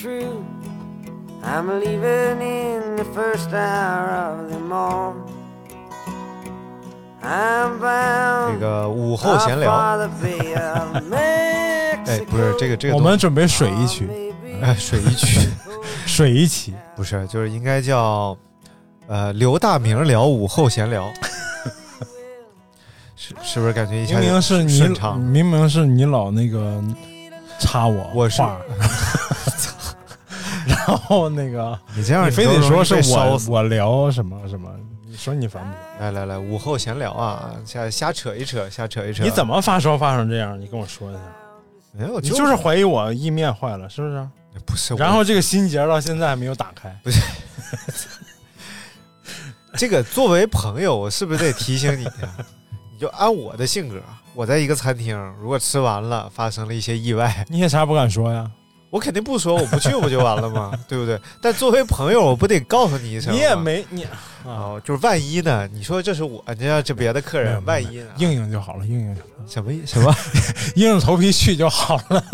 true. I'm leaving in the first hour of the morn. I'm 这 bound 个午后 for 闲聊， the Bay of Mexico. 哎，不是这个这个我东，们准备水一啊曲，哎水一曲，水一期，不是就是应该叫呃刘大明聊午后闲聊，是是不是感觉一明下就明是你顺，畅？明明是你老那个插我，我是话然后那个你这样你非都得容说易是被烧我死我聊什么什么，你说你烦不烦？来来来，午后闲聊啊，瞎瞎扯一扯，瞎扯一扯。你怎？么发烧发成这样？你跟我说一下。哦没有，你就是怀疑我意面坏了，是不是？不是？然哎我后这个心结到现在还没有打开。这个作为朋友，我是不是得提醒你呀？你就按我的性格，我在一个餐厅，如果吃完了发生了一些意外，你也啥不敢说呀？我肯定不说，我不去不就完了吗？ 对不对？但作为朋友，我不得告诉你一声吗。你也没你啊，哦，就是万一呢？你说这是我，你要这别的客没人有，万一呢？啊硬硬就好了，硬硬就好了什么什么 硬着头皮去就好了。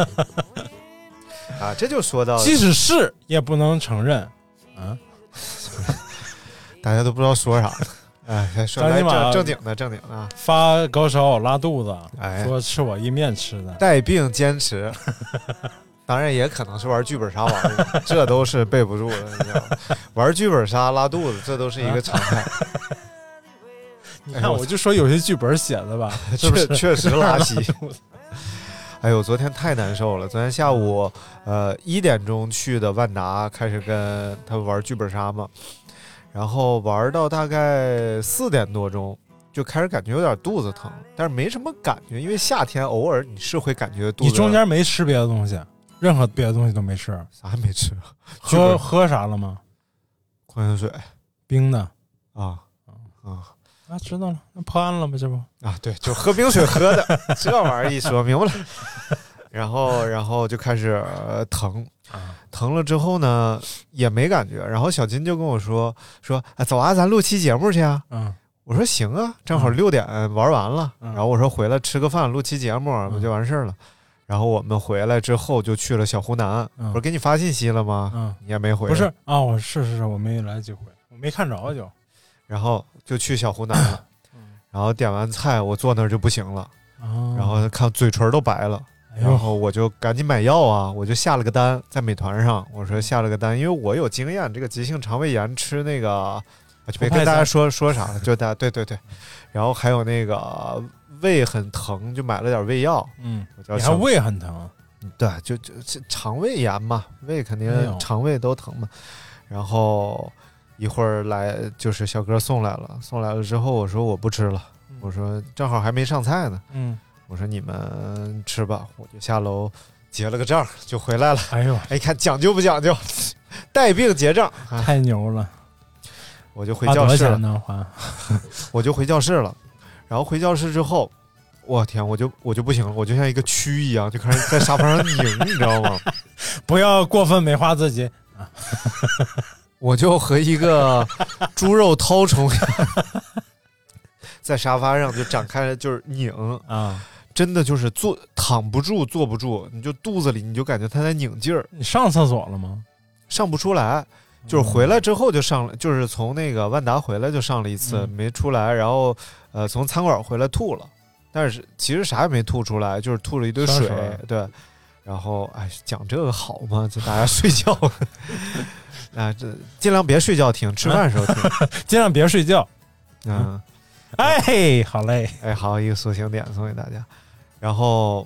啊？这就说到了即使是也不能承认。啊，大家都不知道说啥了。哎，先说张来金马正正经的正经的啊，发高烧拉肚子，哎说吃我意面吃的，带病坚持， 当然也可能是玩剧本杀玩的，这都是备不住的，你知道吗？玩剧本杀拉肚子，这都是一个常态。你哎看，呦我就说有些剧本写的 吧，是不确是确实拉稀 肚子。哎呦，昨天太难受了。昨天下午，呃，一点钟去的万达，开始跟他们玩剧本杀嘛，然后玩到大概四点多钟，就开始感觉有点肚子疼，但是没什么感觉，因为夏天偶尔你是会感觉肚子。你中间没吃别的东西，任何别的东西都没吃，啥也没吃，剧 喝本喝啥了吗？矿泉水冰的哎啊嗯啊啊，知道了，那破案了吧？这不啊！对，就喝冰水喝的，这玩意儿一说明白了。然后，然后就开始、呃疼，啊疼了之后呢，也没感觉。然后小金就跟我说说、啊，走啊，咱录期节目去啊。嗯，我说行啊，正好六点玩完了，嗯然后我说回来吃个饭，录期节目不就完事儿了。然后我们回来之后就去了小湖南，嗯我说给你发信息了吗？嗯你也没回，不是。啊，我是是是，我没来几回，我没看着就然后就去小湖南了，嗯然后点完菜，我坐那儿就不行了，啊，然后看嘴唇都白了。哎然呦，后我就赶紧买药啊，我就下了个单，在美团上，我说下了个单，因为我有经验，这个急性肠胃炎吃那个，啊就没澎跟湃大家散说说啥了，就大家对对对，然后还有那个胃很疼，就买了点胃药，嗯，我叫你还小胃很疼，啊对，就就这肠胃炎嘛，胃肯哎呦定肠胃都疼嘛，然后一会儿来就是小哥送来了，送来了之后我说我不吃了，我说正好还没上菜呢，嗯，我说你们吃吧，我就下楼结了个账就回来了。哎呦，哎，看讲究不讲究， 带病结账，啊、太牛了，我就回花多教少室钱了，呢？花，我就回教室了。然后回教室之后，我天，我就我就不行了，我就像一个蛆一样，就开始在沙发上拧， 你知道吗？不要过分美化自己，我就和一个猪肉绦虫一样，在沙发上就展开了，就是拧，啊，真的就是坐躺不住，坐不住，你就肚子里你就感觉它在拧劲儿，你上厕所了吗？上不出来。就是回来之后就上了，就是从那个万达回来就上了一次，嗯没出来，然后呃从餐馆回来吐了，但是其实啥也没吐出来，就是吐了一堆香水水儿，对，然后哎，讲这个好吗？就大家睡觉啊，这尽量别睡觉听，吃饭时候听，尽量别睡觉。嗯，哎，好嘞，哎，好，一个塑形点送给大家。然后，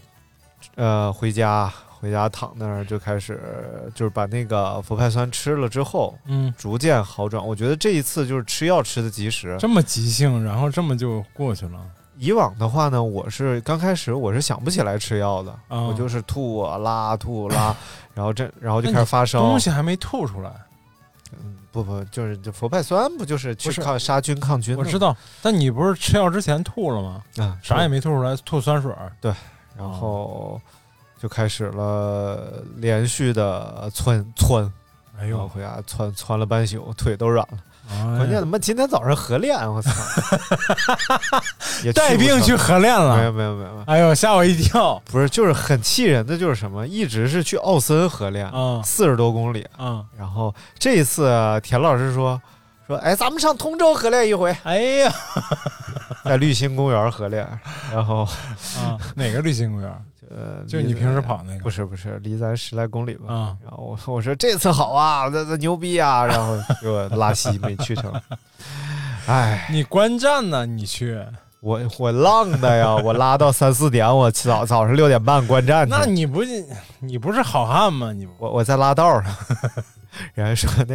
呃，回家回家躺那儿就开始就是把那个氟派酸吃了之后，嗯，逐渐好转。我觉得这一次就是吃药吃的及时，这么急性，然后这么就过去了。以往的话呢，我是刚开始我是想不起来吃药的，啊我就是吐啊拉吐 拉，然后这然后就那开始你发烧。嗯东西还没吐出来，不不，就是这氟派酸不就是去不是抗杀菌抗菌的我吗？知道。但你不是吃药之前吐了吗？啊，啥对也没吐出来，吐酸水儿。对，然后就开始了连续的窜窜，哎呦，回家窜窜了半宿，腿都软了。哎关键他妈今天早上合练，我操！也去不带病成去合练了没有没有没有，哎呦，吓我一 跳！不是，就是很气人的，就是什么，一直是去奥森合练，四十多公里，啊，然后这一次啊田老师说说，哎，咱们上通州合练一回， 哎呀，在绿心公园合练，然后啊，哪个绿心公园？呃，就你离咱平时跑那个不是不是，离咱十来公里吧。啊然后我说我说这次好啊，这这牛逼啊，然后给我拉稀没去成。 哎，你观战呢？你去？我我浪的呀，我拉到三四点，我早早上六点半观战去。那你不是你不是好汉吗？你我我在拉道 上，人家说那，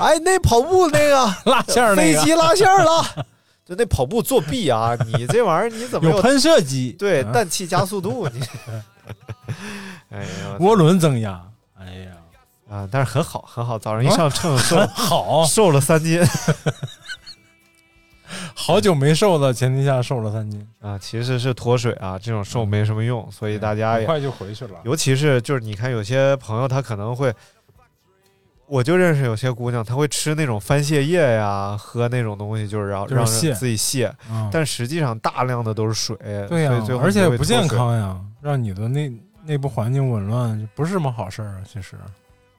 哎，那跑步那个 拉线儿那个飞机拉线儿了， 就那跑步作弊啊！你这玩意儿你怎么有喷射机？对，啊氮气加速度你。哎呀，涡轮增压。哎呀，啊，但是很好，很好。早上一上秤瘦， 很好，瘦了三斤。好久没瘦的前提下瘦了三斤，啊，其实是脱水啊，这种瘦没什么用，哎所以大家很也快就回去了。尤其是就是你看有些朋友他可能会，我就认识有些姑娘，她会吃那种番泻叶呀，喝那种东西，就是让就是让泻自己泻嗯，但实际上大量的都是水，对呀、所以最后而你就且会不脱健水康呀，让你的内内部环境紊乱，不是什么好事儿啊。其实，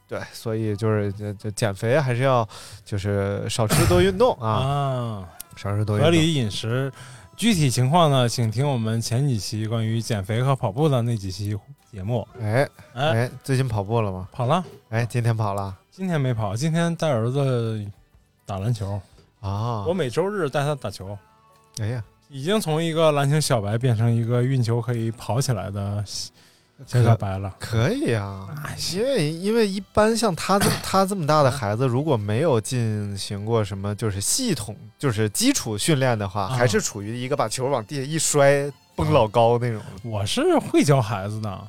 对，所以就是这这减肥还是要就是少吃多运动啊，少吃多运合动。理饮食，具体情况呢，请听我们前几期关于减肥和跑步的那几期节目。哎哎哎，最近跑步了吗？跑了。哎，今天跑了今天没跑，今天带儿子打篮球。啊！我每周日带他打球，哎呀，已经从一个篮球小白变成一个运球可以跑起来的小小白了。可以啊，哎因为因为一般像 他这他这么大的孩子，如果没有进行过什么就是系统就是基础训练的话，啊还是处于一个把球往地下一摔蹦老高那种。我是会教孩子的，啊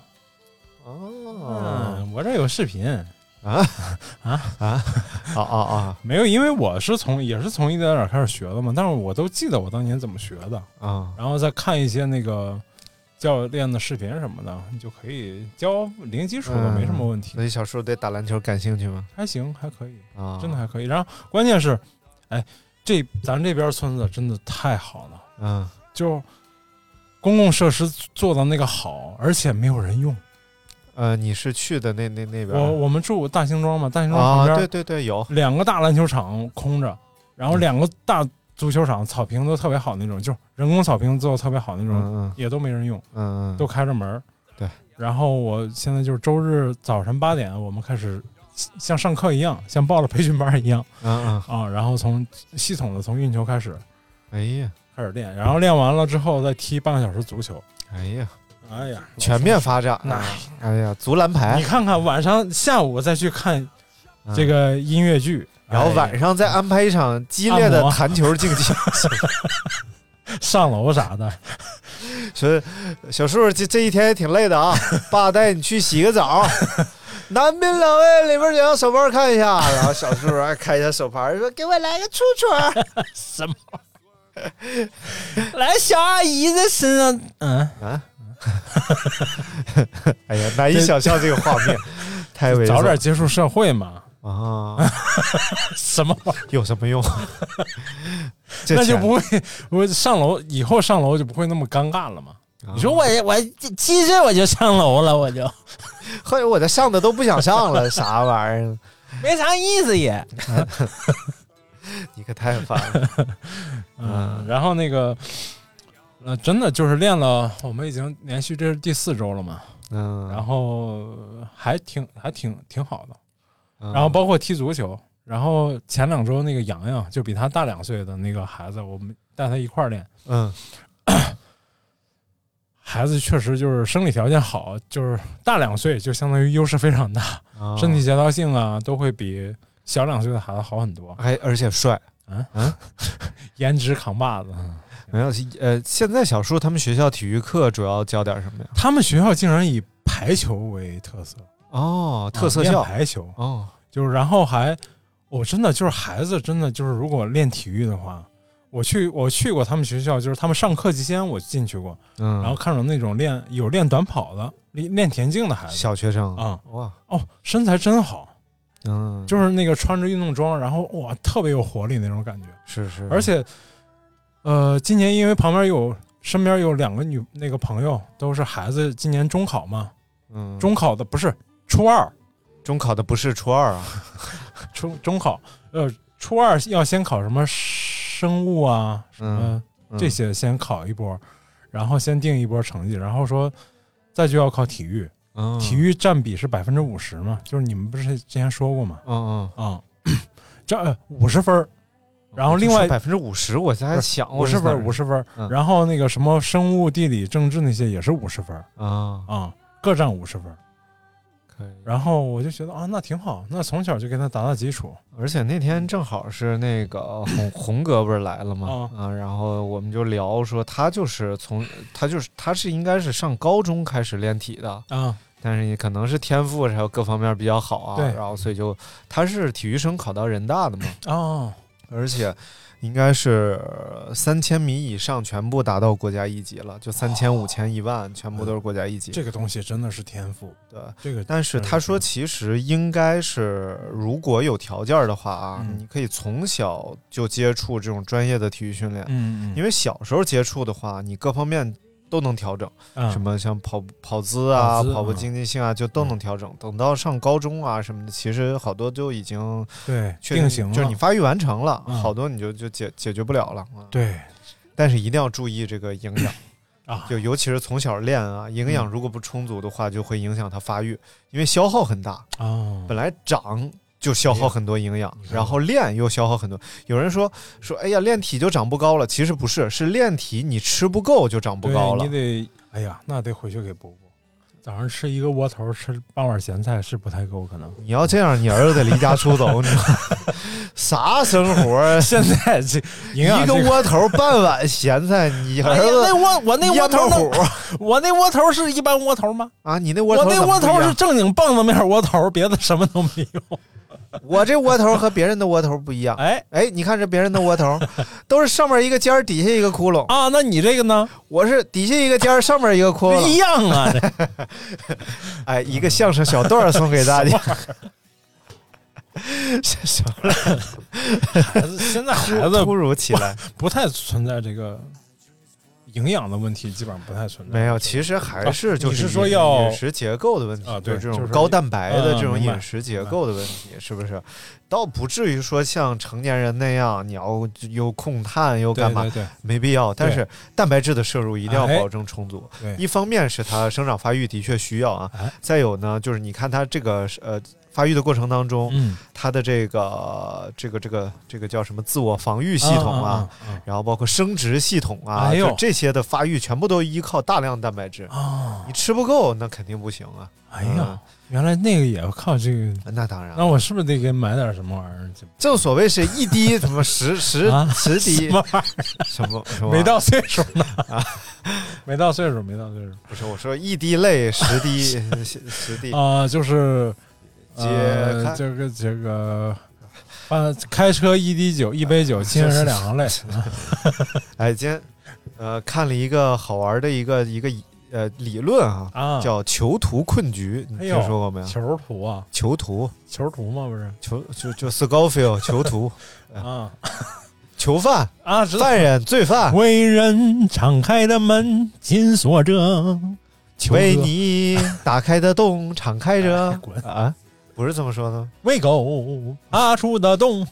哦，嗯，我这有视频啊啊啊啊啊啊没有，因为我是从也是从一点点开始学的嘛，但是我都记得我当年怎么学的，啊！然后再看一些那个教练的视频什么的，你就可以教零基础的没什么问题，所以小时候嗯对打篮球感兴趣吗？还行，还可以，啊，真的还可以。然后关键是，哎，这咱这边村子真的太好了，嗯，就公共设施做的那个好，而且没有人用。呃，你是去的那那那边我我们住大兴庄嘛，大兴庄旁边、啊？对对对，有两个大篮球场空着，然后两个大足球场草坪都特别好那种，就是人工草坪做的特别好那种，嗯嗯也都没人用，嗯嗯都开着门儿。对，然后我现在就是周日早晨八点，我们开始像上课一样，像报了培训班 一样嗯嗯，啊，然后从系统的从运球开始哎呀开始练，然后练完了之后再踢半个小时足球。哎呀，哎呀，全面发展那啊！哎呀，足篮排你，看看晚上下午再去看嗯这个音乐剧，然后晚上再安排一场激烈的弹球 竞技。哎呀上楼啥的。说小树这这一天也挺累 的啊，爸带你去洗个澡。男宾两位里边请让手腕看一下，然后小树还看一下手牌，说给我来个处处。 什么？来，小阿姨这身上，嗯，啊！哎呀，难以想象这个画面，太猥琐。早点接触社会嘛，啊，什么玩意儿？有什么 用？这那就钱不会，我上楼以后上楼就不会那么尴尬了嘛。啊你说我我七岁我就上楼了，我嗯就后来我这上的都不想 上了，啥玩意儿？没啥意思也。你可太烦了。 嗯，然后那个，呃，真的就是练了，我们已经连续这是第四周了嘛，嗯，然后还挺还挺挺好嗯的，然后包括踢足球，然后前两周那个洋洋就比他大两岁的那个孩子，我们带他一块儿练，嗯，孩子确实就是生理条件好，就是大两岁就相当于优势非常大，嗯身体协调性啊都会比小两岁的孩子好很多，还哎而且帅，嗯嗯，颜值扛把子。没有，呃，现在小叔他们学校体育课主要教点什么呀？他们学校竟然以排球为特色哦，特色啊练校排球哦，就是然后还，我真的就是孩子真的就是如果练体育的话，我去我去过他们学校，就是他们上课期间我进去过，嗯然后看着那种练有练短跑的、练练田径的孩子，小学生啊、哇哦，身材真好，嗯，就是那个穿着运动装，然后哇特别有活力那种感觉，是是，而且，呃，今年因为旁边有身边有两个女那个朋友都是孩子，今年中考嘛，嗯，中考的不是初二，中考的不是初二啊，初中考呃初二要先考什么生物啊什么嗯嗯这些先考一波，然后先定一波成绩，然后说再就要考体育，嗯体育占比是百分之五十嘛，就是你们不是之前说过嘛，嗯嗯啊， 这五十分儿。然后另外百分之五十，嗯我在想五十分儿，五十分儿。然后那个什么生物、地理、政治那些也是五十分儿后啊啊，各占五十分儿。可以。然后我就觉得啊，那挺好，那从小就给他打打基础。而且那天正好是那个红红哥不是来了吗？啊，然后我们就聊说他就是从他就是他是应该是上高中开始练体的啊，但是也可能是天赋还有各方面比较好啊，对然后所以就他是体育生考到人大 的嘛，哦，而且应该是呃三千米以上全部达到国家一级了，就三哦千、五千、一万全部都是国家一级。这个东西真的是天赋。对，这个但是他说，其实应该是如果有条件的话啊，嗯你可以从小就接触这种专业的体育训练，嗯嗯因为小时候接触的话，你各方面都能调整，嗯什么像跑跑姿啊、跑姿跑步经济性啊，就都能调整。等到上高中啊什么的，其实好多就已经对确定定型了就是你发育完成了，嗯好多你就就解解决不了了。嗯对，但是一定要注意这个营 养啊，就尤其是从小练啊，营嗯养如果不充足的话，就会影响它发育，因为消耗很大。哦，本来长就消耗很多营养，哎然后练又消耗很多。有人说说，哎呀，练体就长不高了，其实不是，是练体你吃不够就长不对高了你。得，哎呀，那得回去给补补。早上吃一个窝头，吃半碗咸菜是不太够，可能。你要这样，你儿子得离家出 走，你知道吗啥生活啊？现在这营养一个这个窝头半碗咸菜，你儿哎呀子那窝我那窝头能烟头虎，我那窝头是一般窝头吗？啊，你那窝我头那怎么窝不一样头是正经棒子面窝头，别的什么都没 有。我这窝头和别人的窝头不一样。哎哎，你看这别人的窝头，都是上面一个尖儿，底下一个窟窿啊。那你这个呢？我是底下一个尖儿，上面一个窟窿，一样 啊。哎，一个相声小段儿送给大 家。 什么玩意儿？孩子现在孩子突如其来，不不太存在这个营养的问题，基本上不太存在。没有，其实还是就啊你是是说饮要饮食结构的问题啊就对是这就种是高蛋白的嗯这种明白饮食结构的问题，是不是？倒不至于说像成年人那样，你要又控碳又干嘛？对对对没必要。但是蛋白质的摄入一定要哎保证充足。对哎一方面是它生长发育的确需要啊，再有呢，就是你看它这个呃发育的过程当中，嗯它的这个这个这个这个叫什么自我防御系统啊，嗯嗯嗯嗯然后包括生殖系统啊，哎呦就这些的发育全部都依靠大量蛋白质。哦你吃不够，那肯定不行啊。嗯哎呀，原来那个也要靠这个。那当然，那我是不是得给买点什么玩意儿？正所谓是 一滴什么十十啊 十滴什么玩意儿什么什么没到岁数 呢，没到岁数，没到岁数。不是我说一滴 泪十滴十十滴啊、就是解开呃、这个这个，啊，开车一滴酒，一杯酒，亲人两行 泪。啊哎，今天呃看了一个好玩的一个一个呃理论啊，啊叫囚徒困局，你哎听呦，说过没有？囚徒啊，囚徒，囚徒嘛，不是囚就就 Scofield 囚 徒，啊囚犯啊，知道犯人罪犯，为人敞开的门紧锁着，囚为哥哎你打开的洞敞开着滚啊，不是这么说的吗？喂狗爬出的洞，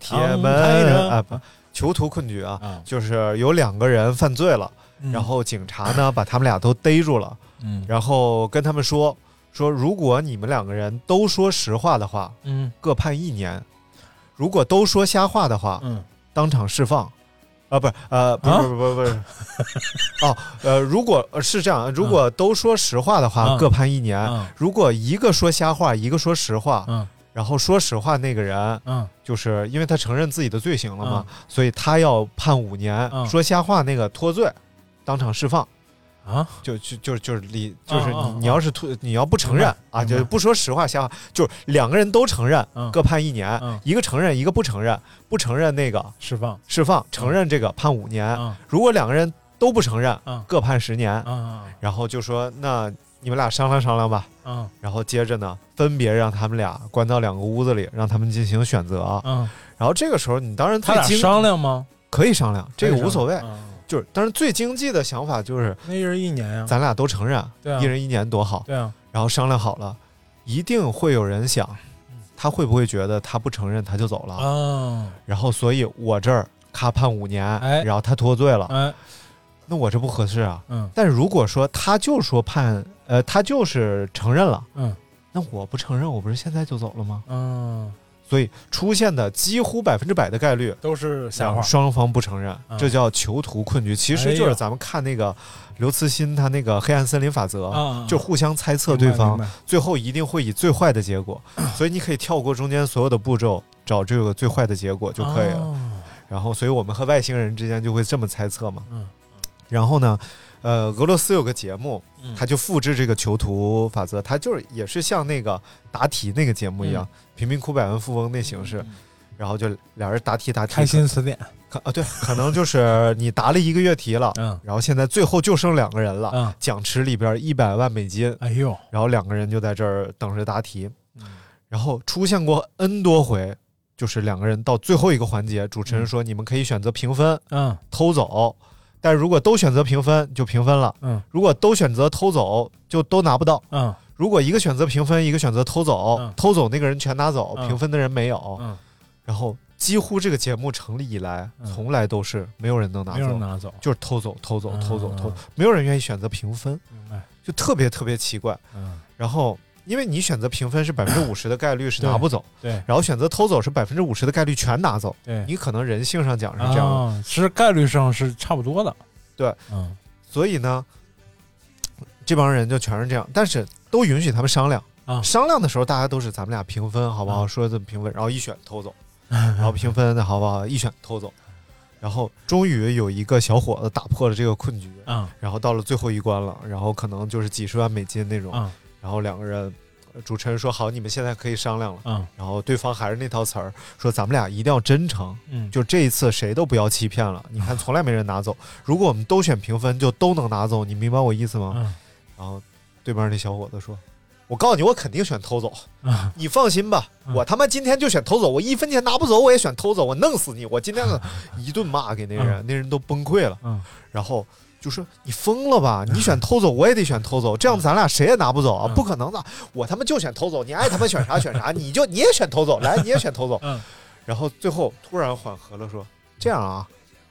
铁敞门开着啊不，囚徒困局啊啊，就是有两个人犯罪了，然后警察呢把他们俩都逮住了，嗯然后跟他们说说，如果你们两个人都说实话的话，嗯，各判一年；如果都说瞎话的话，嗯，当场释放。啊，不是，呃，不是，啊不是，不是，不 是，哦，呃，如果呃是这样，如果都说实话的话，嗯各判一年；嗯如果一个说瞎话，一个说实话，嗯然后说实话那个人，嗯，就是因为他承认自己的罪行了嘛，所以他要判五年；嗯说瞎话那个脱罪，当场释放。啊，就就就就是理，就是啊啊你啊你要是突你要不承认明白啊，明白就是不说实话瞎话，就是两个人都承认嗯，各判一年嗯，一个承认一个不承认，不承认那个释放释放，承认这个判五年嗯。如果两个人都不承认嗯，各判十年。啊然后就说那你们俩商量商量吧。啊然后接着呢，分别让他们俩关到两个屋子里，让他们进行选择啊。啊！然后这个时候，你当然他最俩经商量吗？可以商量，这个可以商量无所谓嗯。就是，但是最经济的想法就是，那一人一年呀，咱俩都承认，对啊一人一年多好。对啊，然后商量好了，一定会有人想，嗯他会不会觉得他不承认他就走了？啊，然后，所以我这儿咔判五年，哎然后他脱罪了，哎，那我这不合适啊。嗯但如果说他就说判，呃，他就是承认了，嗯那我不承认，我不是现在就走了吗？嗯，所以出现的几乎百分之百的概率，都是瞎话。双方不承认，嗯这叫囚徒困局。其实就哎是呦咱们看那个刘慈欣他那个《黑暗森林法则》啊啊啊就互相猜测对明白方明白，最后一定会以最坏的结果。所以你可以跳过中间所有的步骤，找这个最坏的结果就可以了。哦然后，所以我们和外星人之间就会这么猜测嘛。嗯然后呢，呃，俄罗斯有个节目嗯，他就复制这个囚徒法则，他就是也是像那个答题那个节目一样，嗯贫民窟百万富翁那形式，然后就俩人答题答题，开心词典，可啊，对，可能就是你答了一个月题了，嗯然后现在最后就剩两个人了，嗯奖池里边一百万美金，哎呦，然后两个人就在这儿等着答题，嗯然后出现过 N 多回，就是两个人到最后一个环节，主持人说你们可以选择平分，嗯偷走。但如果都选择平分，就平分了；嗯如果都选择偷走，就都拿不到。嗯如果一个选择平分，一个选择偷走，嗯偷走那个人全拿走，嗯平分的人没有。嗯，然后几乎这个节目成立以来，嗯从来都是没有人能拿没有人走，拿走，就是偷走、偷走、嗯偷走、偷嗯，没有人愿意选择平分，明白？就特别特别奇怪。嗯，然后。因为你选择平分是百分之五十的概率是拿不走，对然后选择偷走是百分之五十的概率全拿走，对，你可能人性上讲是这样的，啊，其实概率上是差不多的。对，嗯所以呢，这帮人就全是这样，但是都允许他们商量啊商量的时候，大家都是咱们俩平分好不好？啊嗯说怎么平分，然后一选偷走，然后平分的好不好？一选偷走，然后终于有一个小伙子打破了这个困局， 嗯然后到了最后一关了，然后可能就是几十万美金那种，嗯然后两个人，呃主持人说好，你们现在可以商量了。嗯然后对方还是那套词儿，说咱们俩一定要真诚，嗯，就这一次谁都不要欺骗了。你看，从来没人拿走。如果我们都选平分，就都能拿走。你明白我意思吗？嗯然后对面那小伙子说：“我告诉你，我肯定选偷走，嗯你放心吧，嗯我他妈今天就选偷走，我一分钱拿不走，我也选偷走，我弄死你！我今天一顿骂给那人，那人都崩溃了，嗯然后。”就说你疯 了吧？你选偷走，我也得选偷走，这样咱俩谁也拿不走啊！嗯不可能的，我他妈就选偷走，你爱他妈选啥选 啥，你就你也选偷走，来你也选偷走。嗯然后最后突然缓和了，说：“这样啊，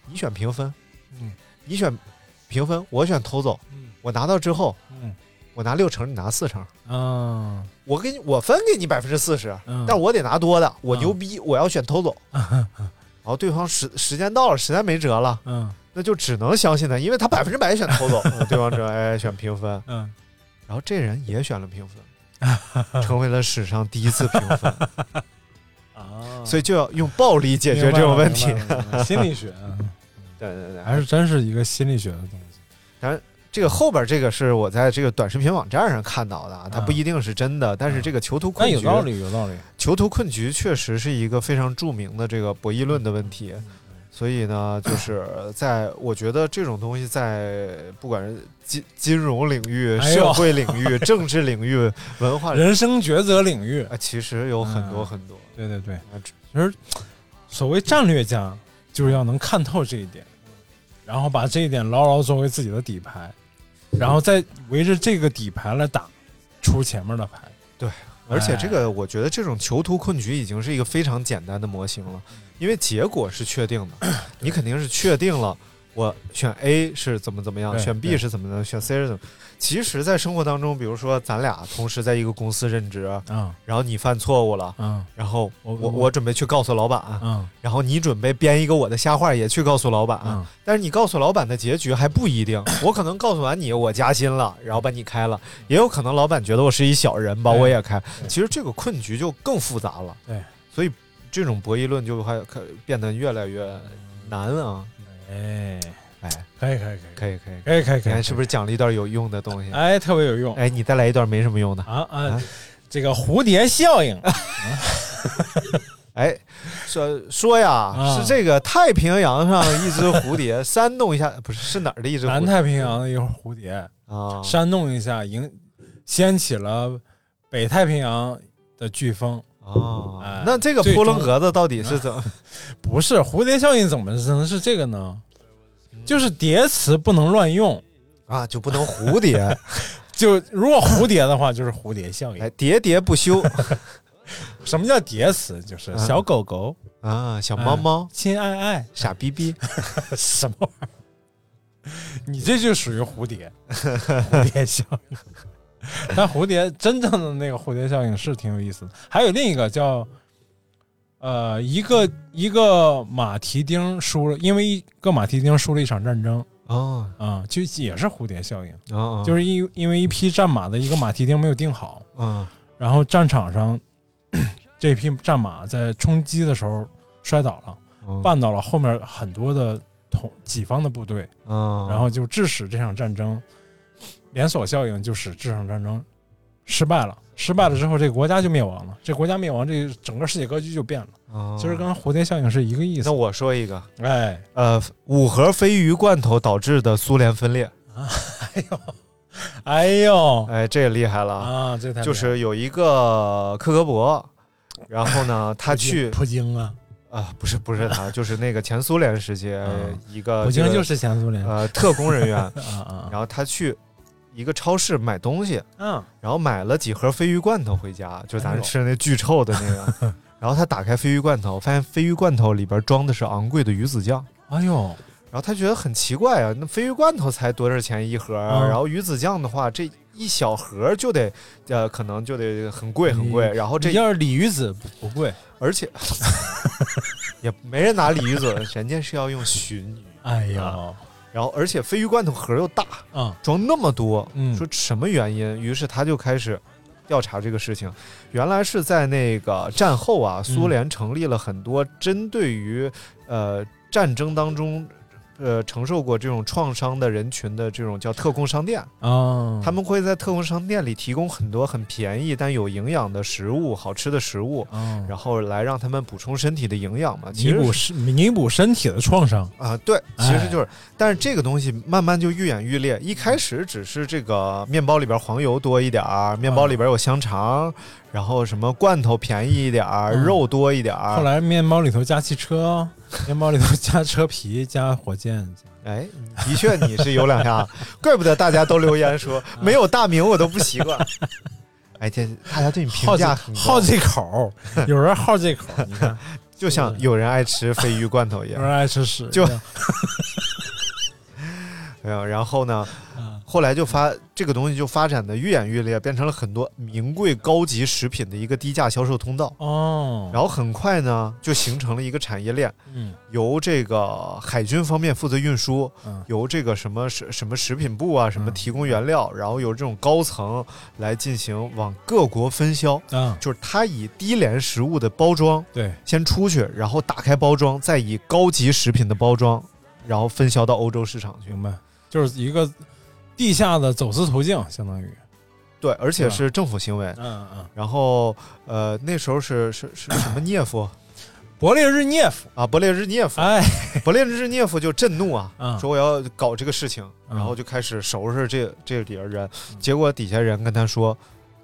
你选平分，嗯，你选平分，我选偷走。嗯我拿到之后，嗯我拿六成，你拿四成，嗯我给你我分给你百分之四十，嗯但我得拿多的，我嗯牛逼，我要选偷 走。然后对方时时间到了，实在没辙了，嗯那就只能相信他，因为他百分之百选 偷走。嗯对方说：“哎，选平分。嗯，”然后这人也选了平分， 成为了史上第一次平分，啊，所以就要用暴力解决这种问题。明白了。明白了 心理学嗯对对对，还是真是一个心理学的东西。这个后边这个是我在这个短视频网站上看到的啊，它嗯不一定是真的，但是这个囚徒那困有局，道理，有道理。囚徒困局确实是一个非常著名的这个博弈论的问题。嗯所以呢，就是在我觉得这种东西在不管是金金融领域、哎呦社会领 域、政治领域、文化领域人生抉择领域，啊，其实有很多嗯很多。对对对，啊其实所谓战略家就是要能看透这一点，然后把这一点牢牢作为自己的底牌，然后再围着这个底牌来打出前面的牌。而且这哎个，我觉得这种囚徒困局已经是一 个非常简单的模型了，因为结果是确定的，你肯定是确定了我选 A 是怎么怎么样，对选 B 对是怎么怎么样，选 C 是怎么。其实，在生活当中，比如说咱俩同时在一个公司任职，嗯，然后你犯错误了，嗯，然后我我我我准备去告诉老板，嗯，然后你准备编一个我的瞎话也去告诉老板，嗯但是你告诉老板的结局还 不一定，我可能告诉完你我加薪了，然后把你开了，也有可能老板觉得我是一小人把对我也开，对其实这个困局就更复杂了，对，所以这种博弈论就还可变得越来越难啊，哎哎，可以可以可以可以可以可以可以你可以看是不是讲了一段有用的东西？哎，特别有用哎，你再来一段没什么用的啊啊，这个蝴蝶效应，哎，说说呀，啊是这个太平洋上一只蝴 蝶扇动一下，不是是哪儿的一只蝴蝶？南太平洋的一个蝴蝶啊扇动一下，引掀起了北太平洋的飓风。哦，哎那这个最扑终棱格子到底是怎么？不是蝴蝶效应，怎么能是这个呢？就是叠词不能乱用啊，就不能 蝴蝶。就如果蝴蝶的话，就是蝴蝶效应。哎，喋喋不休。什么叫叠词？就是小狗狗啊，小哎猫猫，亲爱爱，傻逼逼，什么玩意儿？你这就属于蝴蝶，蝴蝶效应。但蝴蝶真正的那个蝴蝶效应是挺有意思的。还有另一个叫，呃，一个一个马蹄钉输了，因为一个马蹄钉输了一场战争哦啊、就也是蝴蝶效应，哦，就是因因为一匹战马的一个马蹄钉没有钉好，嗯然后战场上 这匹战马在冲击的时候摔倒了，嗯绊倒了后面很多的同己方的部队，嗯，然后就致使这场战争连锁效应，就使这场战争失败了。失败了之后，这个国家就灭亡了。这国家灭亡，这整个世界格局就变了。哦其实跟蝴蝶效应是一个意思那。我说一个，哎， 呃，五盒鲱鱼罐头导致的苏联分裂，哎呦哎，这也厉害了啊！啊，这太厉害了就是有一个克格勃，然后呢，他普京去普京啊，啊，不是不是他，就是那个前苏联时期嗯一个普京呃这个就是前苏联啊呃特工人员， 啊然后他去一个超市买东西，嗯然后买了几盒鲱鱼罐头回家，就是哎咱呦吃的那巨臭的那 个。然后他打开鲱鱼罐头，发现鲱鱼罐头里边装的是昂贵的鱼子酱。哎呦，然后他觉得很奇怪啊，那鲱鱼罐头才多少钱一盒啊？嗯然后鱼子酱的话，这一小盒就得，呃，可能就得很贵很贵。然哦后这哎你要是鲤鱼子不贵，而且 也没人拿鲤鱼嘴，人家是要用鲟鱼。哎呦，啊然后而且鲱鱼罐头盒又大，啊装那么多，嗯说什么原因？于是他就开始调查这个事情。原来是在那个战后啊，嗯苏联成立了很多针对于呃战争当中。呃，承受过这种创伤的人群的这种叫特供商店，啊，他们会在特供商店里提供很多很便宜但有营养的食物、好吃的食物，啊然后来让他们补充身体的营养嘛。弥其实补是身弥补身体的创伤，啊，对，其实哎就是，但是这个东西慢慢就愈演愈烈。一开始只是这个面包里边黄油多一点儿，面嗯包里边有香肠，然后什么罐头便宜一点儿，嗯肉多一点儿。后，来面包里头加汽 车，面包里头加车皮，加火箭，哎，的确你是有两下， 怪不得大家都留言说嗯没有大名我都不习惯。 哎，这大家对你评好这价很高好这口儿， 有人好这口儿，你看，就嗯像有人爱吃鲱鱼罐头一有样人。爱吃屎，就没有，啊然后呢，嗯后来就发这个东西就发展的愈演愈烈，变成了很多名贵高级食品的一个低价销售通道。哦，然后很快呢，就形成了一个产业链，嗯由这个海军方面负责运输，嗯由这个什么什什么食品部啊，什么提供原料，然后由这种高层来进行往各国分销。啊，就是它以低廉食物的包装对，先出去，然后打开包装，再以高级食品的包装，然后分销到欧洲市场去。明白，就是一个地下的走私途径，相当于，对，而且是吧是政府行为。嗯嗯，然后，呃，那时候是是是 什么涅夫勃列日涅夫，啊？勃列日涅夫，哎，勃列日涅夫就震怒啊，嗯说我要搞这个事情，嗯然后就开始收拾这这底下人。结果底下人跟他说：“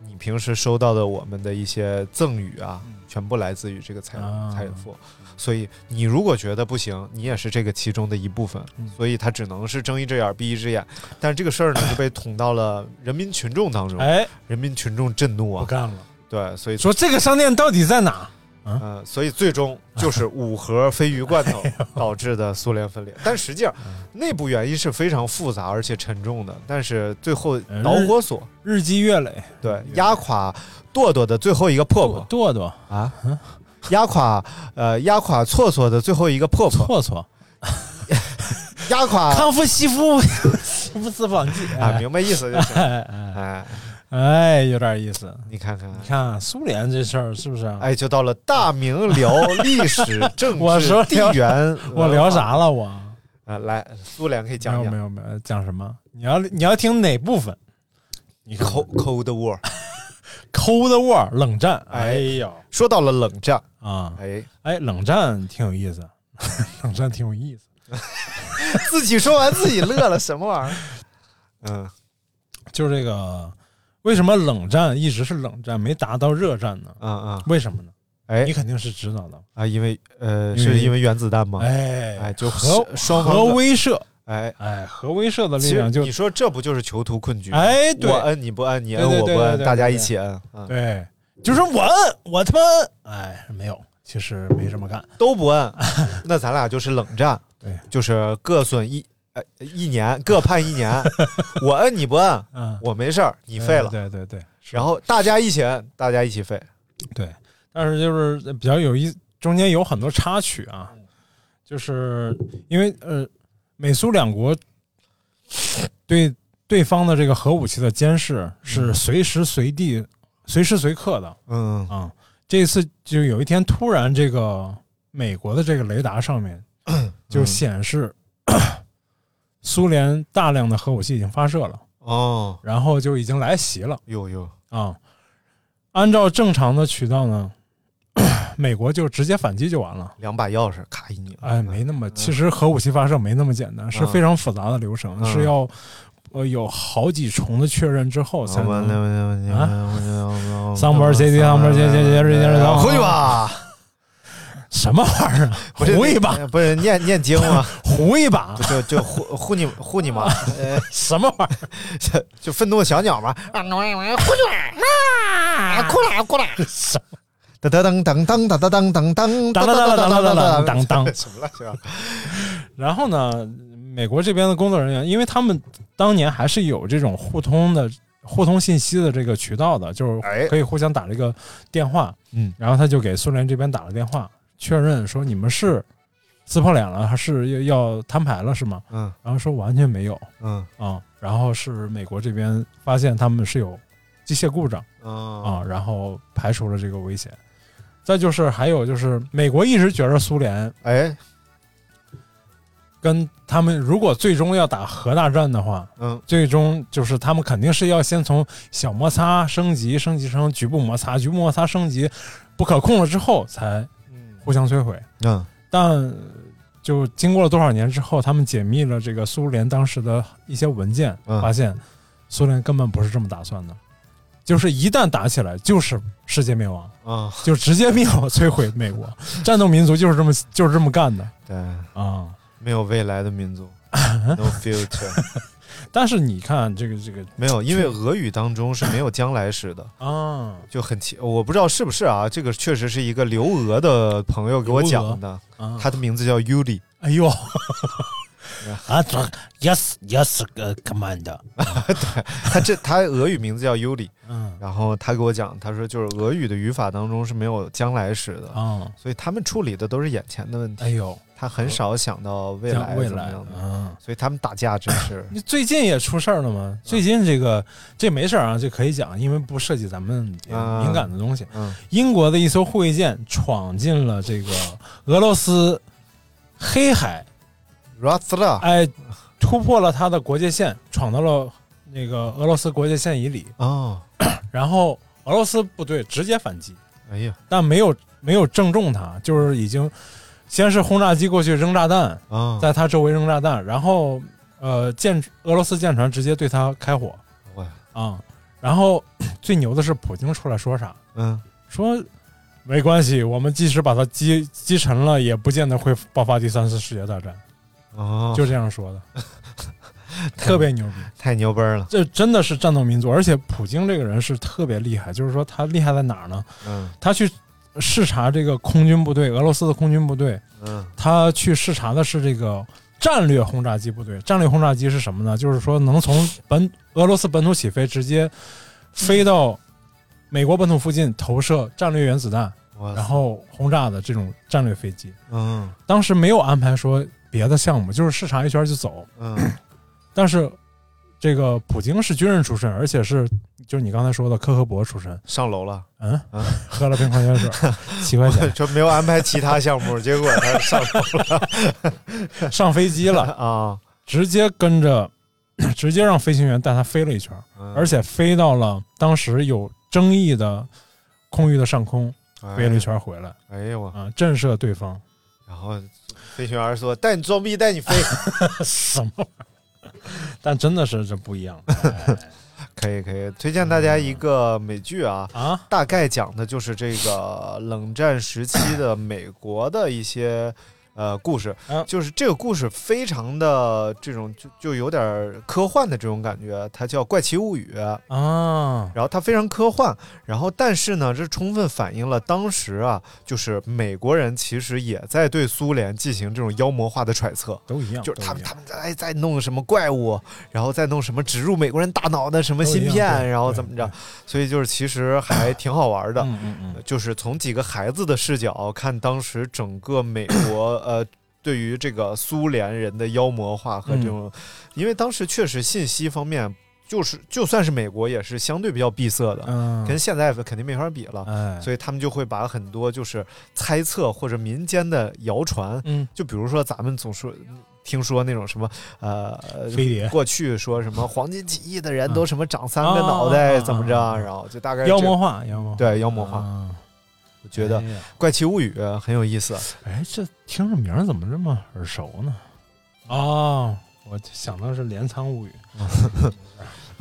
你平时收到的我们的一些赠与啊，全部来自于这个财嗯啊财富，所以你如果觉得不行，你也是这个其中的一部分。嗯所以他只能是睁一只眼闭一只眼。但是这个事儿呢，就被捅到了人民群众当中，哎，人民群众震怒不啊，干了，对，所以说这个商店到底在哪？啊呃，所以最终就是五盒鲱鱼罐头哎导致的苏联分裂。但实际上，嗯内部原因是非常复杂而且沉重的。但是最后导火索日积月累，对压垮剁剁的最后一个破破剁剁啊，嗯 压垮呃压垮错错的最后一个破错破错，压垮康夫西夫 不思忘记啊，明白意思就行。 哎哎哎，有点意思。你看看，你看苏联这事儿是不是？啊哎，就到了大明聊历史、政我治说、地聊缘，我聊啥了我？啊？来，苏联可以没讲有讲没有没有讲什么？你要你要听哪部分？你看 Cold Cold War。 Cold War 冷战，哎哎呦说到了冷战，啊，哎，哎，冷战挺有意思， 冷战挺有意思。自己说完自己乐了，什么玩意儿？嗯，就是这个，为什么冷战一直是冷战，没达到热战呢？啊啊，为什么呢？哎你肯定是知道的。啊，因为呃，因为是因为原子弹吗？哎哎，就核双方核的威慑，哎，哎，核威慑的其力实量就你说这不就是囚徒困局吗？哎对我摁你不摁，你摁对对我对不摁，对对大家对一起摁，啊对，就是我摁，我他妈摁，哎，没有，其实没这么干。都不 摁，那咱俩就是冷战，对，就是各损一呃一年，各判 一年，我摁你不摁，嗯，我没事儿，你废了，对对对对然后大家一起摁，大家一起废，对，但是就是比较有意，中间有很多插曲啊，就是因为呃，美苏两国对对方的这个核武器的监视是随时随地、随时随刻的嗯啊、这一次就有一天突然，这个美国的这个雷达上 面嗯就显示、苏联大量的核武器已经发射了，哦，然后就已经来袭了。呦呦，啊，按照正常的渠道呢，美国就直接反击就完了。两把钥匙咔一拧，哎，没那么，嗯其实核武器发射没那么简单，是非常复杂的流程，嗯是要呃有好几重的确认之后才能。啊啊桑博尔杰迪桑博尔杰杰杰杰杰杰桑回去吧，什么玩意儿啊？不是呃胡一把，，不是念念经吗？ 胡一把，就就呼呼你呼你妈， 呃什么玩意儿？就就愤怒的小鸟嘛，啊，过来过来！什么？噔噔噔噔噔噔噔噔噔噔噔当当当什么乱七 八糟？然后呢，美国这边的工作人员，因为他们当年还是有这种互通的互通信息的这个渠道的，就是哎可以互相打这个电话。嗯，然后他就给苏联这边打了电话，确认说你们是撕破脸了，还是要要摊牌了是吗？嗯然后说完全没有嗯啊、然后是美国这边发现他们是有机械故障啊啊、然后排除了这个危险。再就是还有就是，美国一直觉得苏联哎跟他们如果最终要打核大战的话，嗯最终就是他们肯定是要先从小摩擦升级，升级成局部摩擦，局部摩擦升级不可控了之后才互相摧毁。嗯但就经过了多少年之后，他们解密了这个苏联当时的一些文件，嗯发现苏联根本不是这么打算的，就是一旦打起来就是世界灭亡，啊就直接灭亡摧毁美国，战斗民族就是这么就是这么干的对，啊。没有未来的民 族，no future，但是你看这个这个没有，因为俄语当中是没有将来时的。啊就很奇，我不知道是不是啊？这个确实是一个留俄的朋友给我讲的，啊，他的名字叫 Yuli，哎 呦，啊这，yes yes 呃 command，他这他俄语名字叫 Yuli，嗯然后他给我讲，他说就是俄语的语法当中是没有将来时的，啊，所以他们处理的都是眼前的问题，哎呦，他很少想到未讲来未怎么来样的，嗯。所以他们打架真是你最近也出事儿了吗？啊最近这个这没事儿啊，这可以讲，因为不涉及咱们呃啊敏感的东西。嗯英国的一艘护卫舰闯进了这个俄罗斯黑海， r a s l a 哎，突破了它的国界线，闯到了那个俄罗斯国界线以里。哦，然后俄罗斯部队直接反击，哎呀但没有没有正中他，就是已经先是轰炸机过去扔炸弹，啊，在他周围扔炸弹，然后呃舰俄罗斯舰船直接对他开火我啊、然后最牛的是普京出来说啥？嗯说没关系，我们即使把它击击沉了，也不见得会爆发第三次世界大战，哦，就这样说的，特别牛逼。太牛掰了，这真的是战斗民族，而且普京这个人是特别厉害，就是说他厉害在哪儿呢？嗯他去视察这个空军部队，俄罗斯的空军部队，嗯，他去视察的是这个战略轰炸机部队。战略轰炸机是什么呢？就是说能从本俄罗斯本土起飞，直接飞到美国本土附近投射战略原子弹，哇然后轰炸的这种战略飞机。嗯当时没有安排说别的项目，就是视察一圈就走。嗯，但是这个普京是军人出身，而且是就是你刚才说的科克勃出身，上楼了，嗯，嗯 喝了瓶矿泉水，七块 钱说没有安排其他项目，结果他上楼了，上飞机了啊，直接跟着， 直接让飞行员带他飞了一圈，嗯而且飞到了当时有争议的空域的上空，哎飞了一圈回来，哎呦我，啊，震慑对方， 然后飞行员说带你装逼带你飞， 什么玩意儿？但真的是这不一 样，哎可以可以，推荐大家一个美剧啊啊，大概讲的就是这个冷战时期的美国的一些呃故事，嗯就是这个故事非常的这种就就有点儿科幻的这种感觉，它叫《怪奇物语》啊，然后它非常科幻，然后但是呢，这充分反映了当时啊，就是美国人其实也在对苏联进行这种妖魔化的揣测，都嗯一样，就是他们他们在在弄什么怪物，然后再弄什么植入美国人大脑的什么芯都一样片，对然后怎么着，所以就是其实还挺好玩的，嗯嗯嗯就是从几个孩子的视角看当时整个美国 呃。对于这个苏联人的妖魔化和嗯这种，因为当时确实信息方面，就是就算是美国也是相对比较闭塞的，嗯跟现在肯定没法比了，哎嗯所以他们就会把很多就是猜测或者民间的谣传，嗯就比如说咱们总说。听说那种什么呃，飞碟过去说什么黄金几亿的人都什么长三啊个脑袋啊怎么啊着，啊然后就大概妖这魔化，哦妖魔化，啊对妖魔化，我觉得哎《呀怪奇物语》很有意思。哎，这听着名儿怎么这么耳熟呢？啊哦，我想到是《镰仓物语》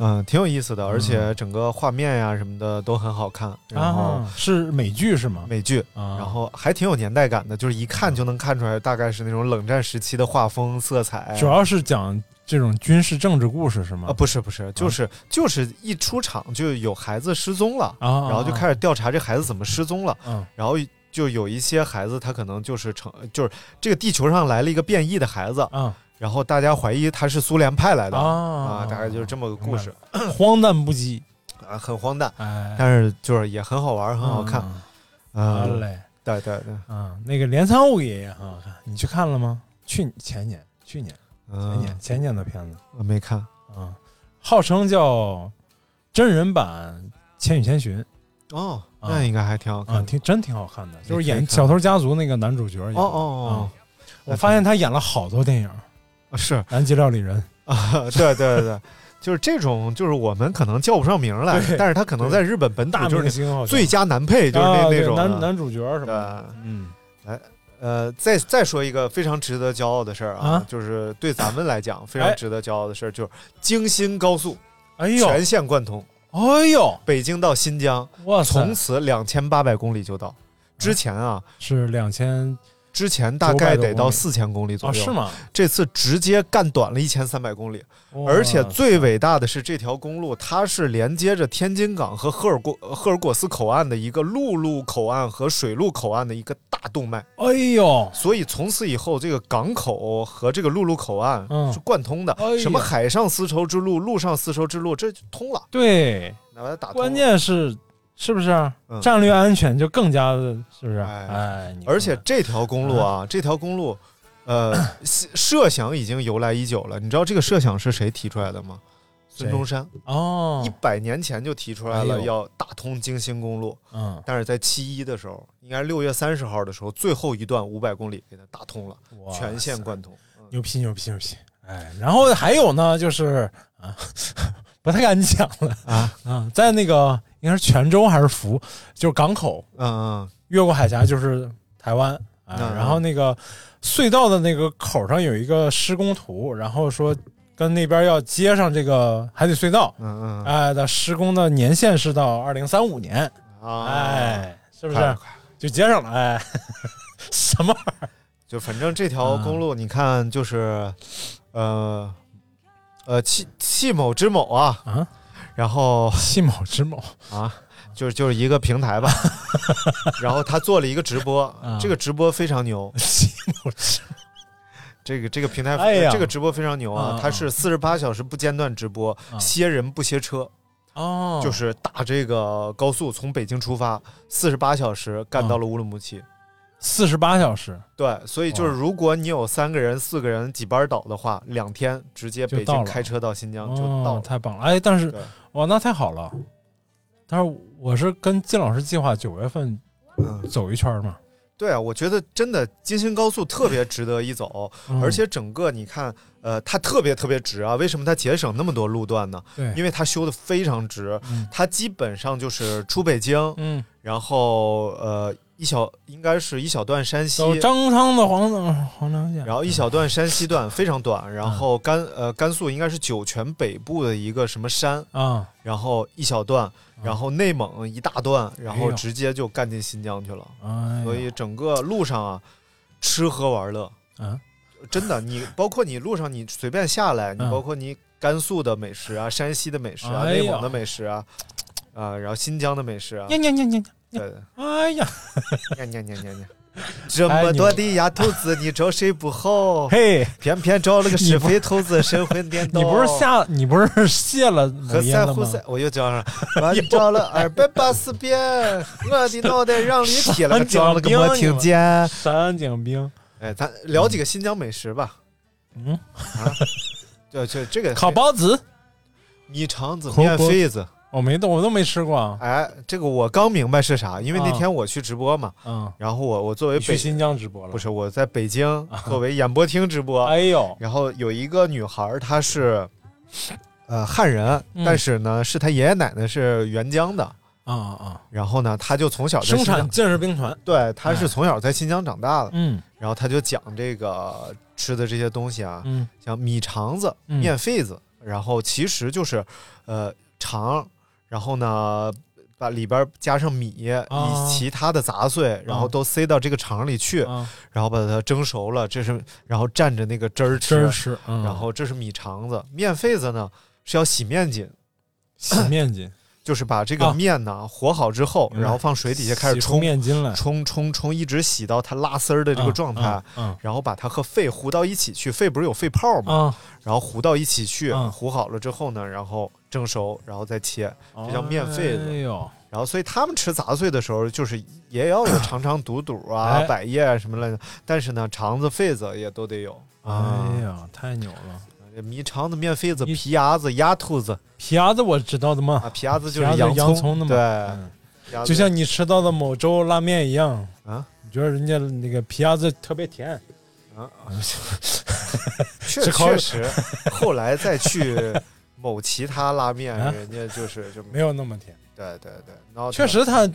嗯，挺有意思的，而且整个画面呀、什么的都很好看，然后、嗯啊，是美剧是吗？美剧，啊然后还挺有年代感的，就是一看就能看出来，大概是那种冷战时期的画风、色彩。主要是讲这种军事政治故事是吗？哎啊，不是不是，就是、就是一出场就有孩子失踪了，啊然后就开始调查这孩子怎么失踪了，嗯然后就有一些孩子他可能就是成就是这个地球上来了一个变异的孩子，嗯，然后大家怀疑他是苏联派来的啊嗯大概就是这么个故事，荒诞不羁，啊，很荒诞，哎，但是就是也很好玩，很好看，好嗯，嘞，对对对，啊，那个《镰仓物语》也很好看，你去看了吗？去前年、去年、前嗯年、，前年的片子我没看，啊，号称叫真人版《千与千寻》。哦，啊那应该还挺好啊，看的，挺真挺好看的，就是可以演看《小偷家族》那个男主角演的。哦哦啊我发现他演了好多电影，《哦，是 南极料理人》啊，对对对对。就是这种，就是我们可能叫不上名来，对但是他可能对在日本本大土就是明星好像，最佳男配，就是啊那对那种的男男主角什么的。对嗯，呃，再再说一个非常值得骄傲的事儿啊，啊就是对咱们来讲非常值得骄傲的事儿，就是京新高速哎呦，全线贯通，哎呦，北京到新疆，哇塞，从此两千八百公里就到。之前啊，是两千之前大概得到四900千公里左啊，右，是？吗？这次直接干短了一千三百公里，哇而且最伟大的是这条公路，它是连接着天津港和赫尔果赫尔果斯口岸的一个陆路口岸和水路口岸的一个大动脉。哎呦，所以从此以后，这个港口和这个陆路口岸嗯是贯通的，哎呀什么海上丝绸之路、陆上丝绸之路，这就通了，对，哪把它打通了关。键是是不是啊嗯战略安全就更加的，是不是？哎哎，你看看而且这条公路 啊，这条公路，呃， 设设想已经由来已久了。你知道这个设想是谁提出来的吗？谁孙中山哦一，百年前就提出来哎了呦要大通京新公路，嗯，但是在七一的时候，应该是六月三十号的时候，最后一段五百公里给它打通了，哇全线塞贯通。嗯牛批牛批牛批！哎，然后还有呢，就是啊， 不太敢讲了啊啊，在那个应该是泉州还是福，就是港口嗯越过海峡就是台湾啊，嗯然后那个隧道的那个口上有一个施工图，然后说跟那边要接上这个海底隧道，嗯嗯嗯哎的施工的年限是到二零三五年，啊！哎，是不快了是快了就接上了？哎， 什么玩意儿？就反正这条公路，你看就是，呃，呃，戚戚某之某啊，啊然后 戚某之某啊，就是就是一个平 台吧。然后他做了一个直播啊，这个直播非常牛。这个这个平台，哎呀这个直播非常牛啊啊！它是四十八小时不间断直播，歇人不歇车。哦就是打这个高速从北京出发，四十八小时干啊到了乌鲁木齐。四十八小时，对，所以啊就是如果你有三个人、四个人几班倒的话，两天直接就北到京了开车到新疆就到哦，了。太棒了！哎，但是对哇，那太好了。但是我是跟金老师计划九月份嗯走一圈嘛，对啊，我觉得真的京新高速特别值得一走，嗯而且整个你看，呃，它特别特别值啊。为什么它节省那么多路段呢？对因为它修的非常值，嗯它基本上就是出北京，嗯，然后呃一小应该是一小段山西，走张汤的黄黄梁线，然后一小段山西段非常短，嗯然后甘呃甘肃应该是酒泉北部的一个什么山啊，然后一小段，然后内蒙一大段，嗯然哎后呦直接就干进新疆去了。哎所以整个路上啊，吃喝玩乐，啊，真的，你包括你路上你随便下来，你嗯包括你甘肃的美食啊、山西的美食啊、哎呀内蒙的美食啊，啊，然后新疆的美食啊，呀呀呀呀对呀！对。哎呀，呀呀呀呀呀！ 这么多的丫头子，你找谁不好？哎嘿，偏偏找了个是非头子，神魂颠倒。你不是下你不是卸了某和烟三了胡吗？三，我又叫上，我找了哎二百八十遍，我的脑袋让驴踢了个撞了个没听见。啊见。山井兵，哎，咱聊几个新疆美食吧。嗯，啊，这这这个烤包子、米肠子、火锅面肺子，我没动，我都没吃过啊。哎，这个我刚明白是啥，因为那啊天我去直播嘛，嗯，然后我我作为你去北新疆直播了啊不是我在北京作为演播厅直播，哎呦，然后有一个女孩儿，她是呃汉人，嗯但是呢是她爷爷奶奶是援疆的，啊啊！然后呢她就从小在生新产疆建设兵团，对，她是从小在新疆长大的，嗯，然后她就讲这个吃的这些东西啊，嗯，像米肠子、嗯面肺子，然后其实就是呃肠，然后呢。把里边加上米、啊以其他的杂碎，然后都塞到这个肠里去，啊然后把它蒸熟了，这是然后蘸着那个汁儿吃，汁儿吃嗯然后这是米肠子，面肺子呢是要洗面筋，洗面 筋，就是把这个啊面呢、和好之后，明白然后放水底下开始洗出冲面筋来冲冲冲，一直洗到它拉丝儿的这个状态，嗯嗯嗯然后把它和肺糊到一起去，肺不是有肺泡吗？啊然后糊到一起去，嗯糊好了之后呢，然后蒸熟，然后再切，这叫面啊肺子。哎呦然后，所以他们吃杂碎的时候，就是也要有肠肠肚肚啊、哎百叶啊什么类的，但是呢，肠子、肺子也都得有啊。哎呀，太牛了！米肠子、面肺子、皮牙子、鸭兔子，皮牙子我知道的嘛，啊，皮牙子就是皮牙子洋葱的嘛，对嗯鸭子就像你吃到的某州拉面一样啊，你觉得人家那个皮鸭子特别甜啊，确 吃烤确实，后来再去某其他拉面，啊人家就是就没有那么甜，对对对，然后确实他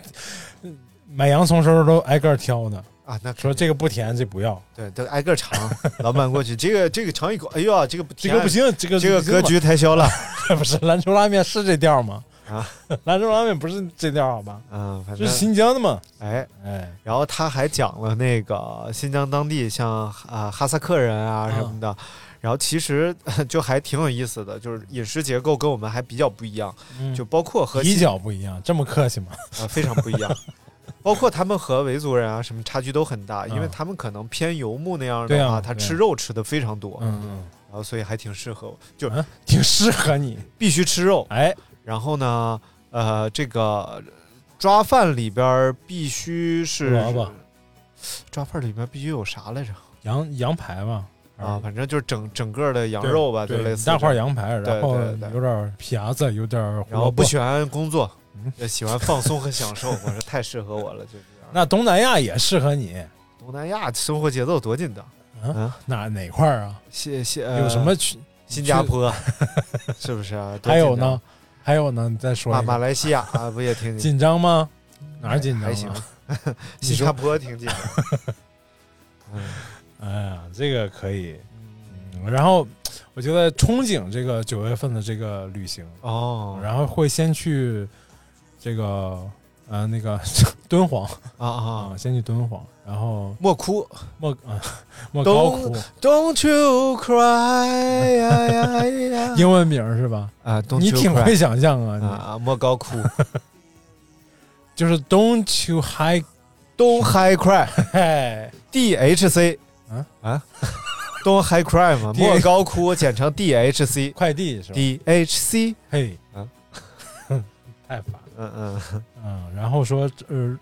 嗯买洋葱时候都挨个儿挑的啊，那说这个不甜，这不要，对都挨个尝，老板过去这个这个尝一口，哎呀，这个不这甜个不行，这个这个格局太小了 不是兰州拉面是这调吗？啊， 兰州拉面不是这调好吧？嗯，反这正是新疆的嘛？哎哎，然后他还讲了那个新疆当地像啊、哈萨克人嗯啊什么的，然后其实 就还挺有意思的，就是饮食结构跟我们还比较不一样，嗯就包括和比新较不一样，这么客气吗？啊，非常不一 样。包括他们和维族人啊什么差距都很大，因为他们可能偏游牧那嗯样对的话，啊他对啊吃肉吃的非常多，嗯嗯，然后所以还挺适合我，就挺适合你，必须吃肉，哎，然后呢，呃，这个抓饭里边儿必须是胡萝卜，抓饭里边儿必须有啥来着？羊羊排嘛，啊，反正就是整整个的羊肉吧，就哎对类似一大块这样羊排，对然后对对有点皮牙子，有点胡然萝后卜嗯不喜欢工作，呃喜欢放松和享受， 我说太适合我了，就是那东南亚也适合你，东南亚生活节奏多紧的，啊，哪哪块儿啊？谢谢呃有什么去？新加坡 是不 是啊？多还有紧张呢？？还有呢？你再说马一个马来西亚啊，不也挺紧张吗？哪儿紧啊张？哎还行，新加坡挺嗯紧张。 哎呀，这个可以。嗯，然后我觉得憧憬这个九月份的这个旅行哦，然后会先去这个呃那个敦煌啊啊，先去敦煌，然后莫哭莫啊莫高窟 Don't Don't you cry 呀呀呀！ 英文名儿是吧？啊，Don't 你 you 挺 cry 会想象啊，你啊，莫高窟就是 Don't you high Don't high cry 哎 DHC 啊啊 Don't high cry 嘛， D- 莫高哭，简称 DHC 快递是吧 DHC 嘿啊，太烦了。嗯嗯嗯，然后说呃，